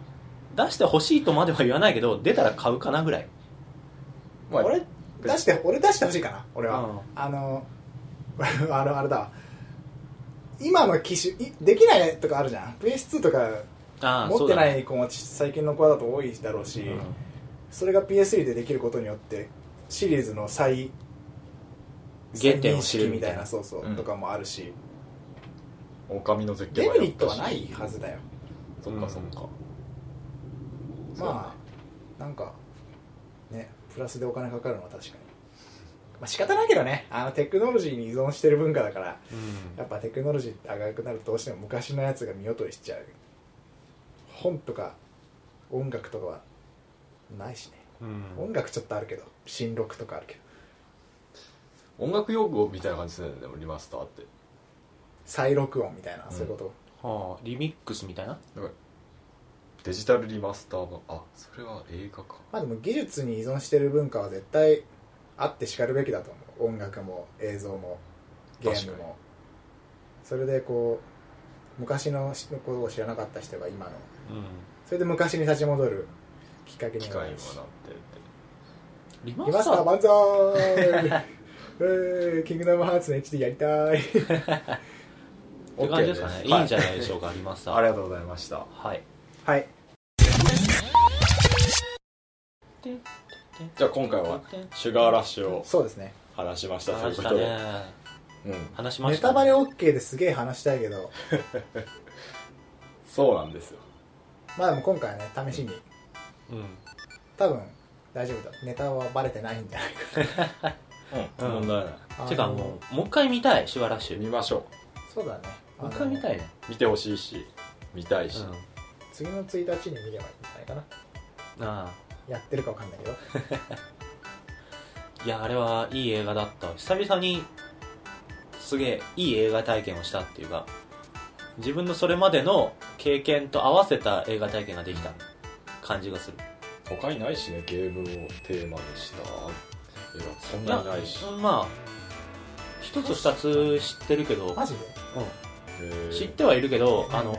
C: 出してほしいとまでは言わないけど出たら買うかなぐらい
A: まあ
B: 俺
A: 別
B: 出して俺出してほしいかな俺は、
C: うん
B: あの あのあれだわ今の機種いできないとかあるじゃん PS2 とか
C: ああ
B: 持
C: そ
B: っ
C: う
B: て
C: だ、
B: な
C: ね、
B: い子も最近の子だと多いだろうし、
C: うん
B: それが PS3 でできることによってシリーズの再
C: 原点を知
B: 再認識
C: るみ
B: み
C: た
B: た
C: い
B: い
C: な
B: なそうそう、
A: うん
B: とかもあるし
A: 狼の絶景
B: デ
A: 版
B: メリットは
A: やっ
B: な
A: たし
B: いはずだよ
A: そっかそっか
B: まあなんかねプラスでお金かかるのは確かに、まあ、仕方ないけどねあのテクノロジーに依存してる文化だから
C: うん
B: やっぱテクノロジーって長くなるとどうしても昔のやつが見劣りしちゃう本とか音楽とかはないしね
C: うん
B: 音楽ちょっとあるけど新録とかあるけど
A: 音楽用語みたいな感じするよねでもリマスターって
B: 再録音みたいな、そういうこと
C: はあ、リミックスみたいな
A: だからデジタルリマスター版あそれは映画か
B: まあでも技術に依存してる文化は絶対あってしかるべきだと思う音楽も映像もゲーム
A: 確かに
B: もそれでこう昔のことを知らなかった人が今の
C: うん
B: それで昔に立ち戻るきっかけに
A: 機
B: もな
A: 械に
B: る
A: も
B: し
A: なってって
C: リ
B: リマスター万 歳えーキングダムハーツの HD やりたい
C: って感じですかね、
A: OK
C: いいんじゃないでしょうか、リマスター
A: ありがとうござい ました
C: はい
B: はい
A: じゃあ今回はシュガーラッシュを
B: そうですね
A: 話しましたとい
C: 話
A: う
C: し
A: こ
C: た
A: とで、
C: ね
A: うん、
C: 話しま
B: ネ
C: した、
B: タバレ OK ですげえ話したいけど
A: そうなんですよ
B: まあでも今回はね試しに
C: うん
B: 多分大丈夫だネタはバレてないんじゃない
A: うん、
C: うん
A: 問題ない
B: か
C: てかもうもう一回見たいシュガーラッシュ
A: 見ましょ
B: そうだね
C: もう一回見た
B: い
C: いね、
A: う見てほしいし見たいし、
B: 次の1日に見ればいいんじゃないかな
C: うん、あ
B: やってるかわかんないけど
C: あいやあれはいい映画だった久々にすげえいい映画体験をしたっていうか自分のそれまでの経験と合わせた映画体験ができた感じがする
A: 他にないしねゲームをテーマにした映画そんなにないし
C: やまあ一つ二つ知ってるけど
B: マジで
A: へー
C: 知ってはいるけどあ
B: な
C: の
B: い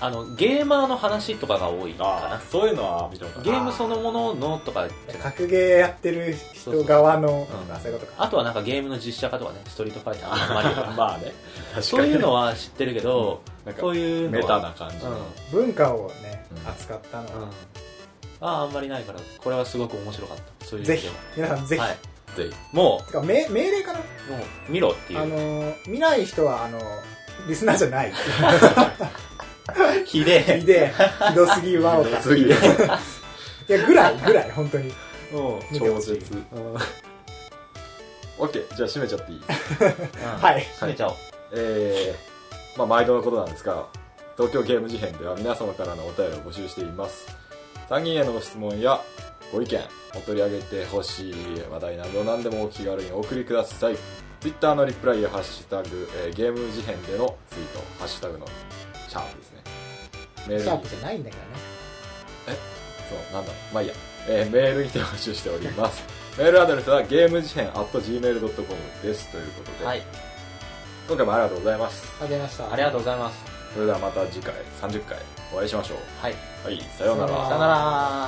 C: あのゲーマーの話とかが多い
A: あ
C: か
A: ーそういうのは見たことない
C: なゲームそのもののとかじゃなく
B: 格ゲーやってる人側の
C: そうそううん
B: あそういうことか
C: あとはなんかゲームの実写化とかねストリートファイターとかマリオとか
A: まあね確かに
C: そういうのは知ってるけど
A: なんか
C: そういうの
A: メ
C: は
A: タな感じ
C: うん
A: の、
B: 文化をね
A: うん
B: 扱ったの
C: うん
B: は
C: ああんまりないからこれはすごく面白かったそういう
B: ぜひ
C: 意味
B: 皆さんぜ
C: でははい
B: ひ
A: ぜひ
C: も
B: てかめ命令かな
C: うもう見ろってい
B: あ
C: う
B: のー見ない人はあのーリスナーじゃない
C: ひで え
B: でひどすぎわおかい
A: 次
B: やぐらいぐらい本当に
C: うん
B: 見て
A: 超
B: ほしい
A: 絶
C: うん
A: オッケーじゃあ閉めちゃっていい
B: はい
C: 閉めちゃおう
A: えー、まあ毎度のことなんですが東京ゲーム事変では皆様からのお便りを募集しています参議院へのご質問やご意見お取り上げてほしい話題など何でもお気軽にお送りくださいツイッターのリプライやハッシュタグ、えーゲーム事変でのツイートハッシュタグのシャープですねメール
B: シ
A: に
B: ャープじゃないんだけどね
A: そうなんだろうまあいいや、えーメールにて募集しております メールアドレスはゲーム事変 at gmail.com ですということで、
C: はい
A: 今回もありがとうございます
B: ありました
C: ありがとうございます
A: それではまた次回30回お会いしましょう
C: はい
A: はいさような
B: さよ
A: ら
B: うなら
C: さよなら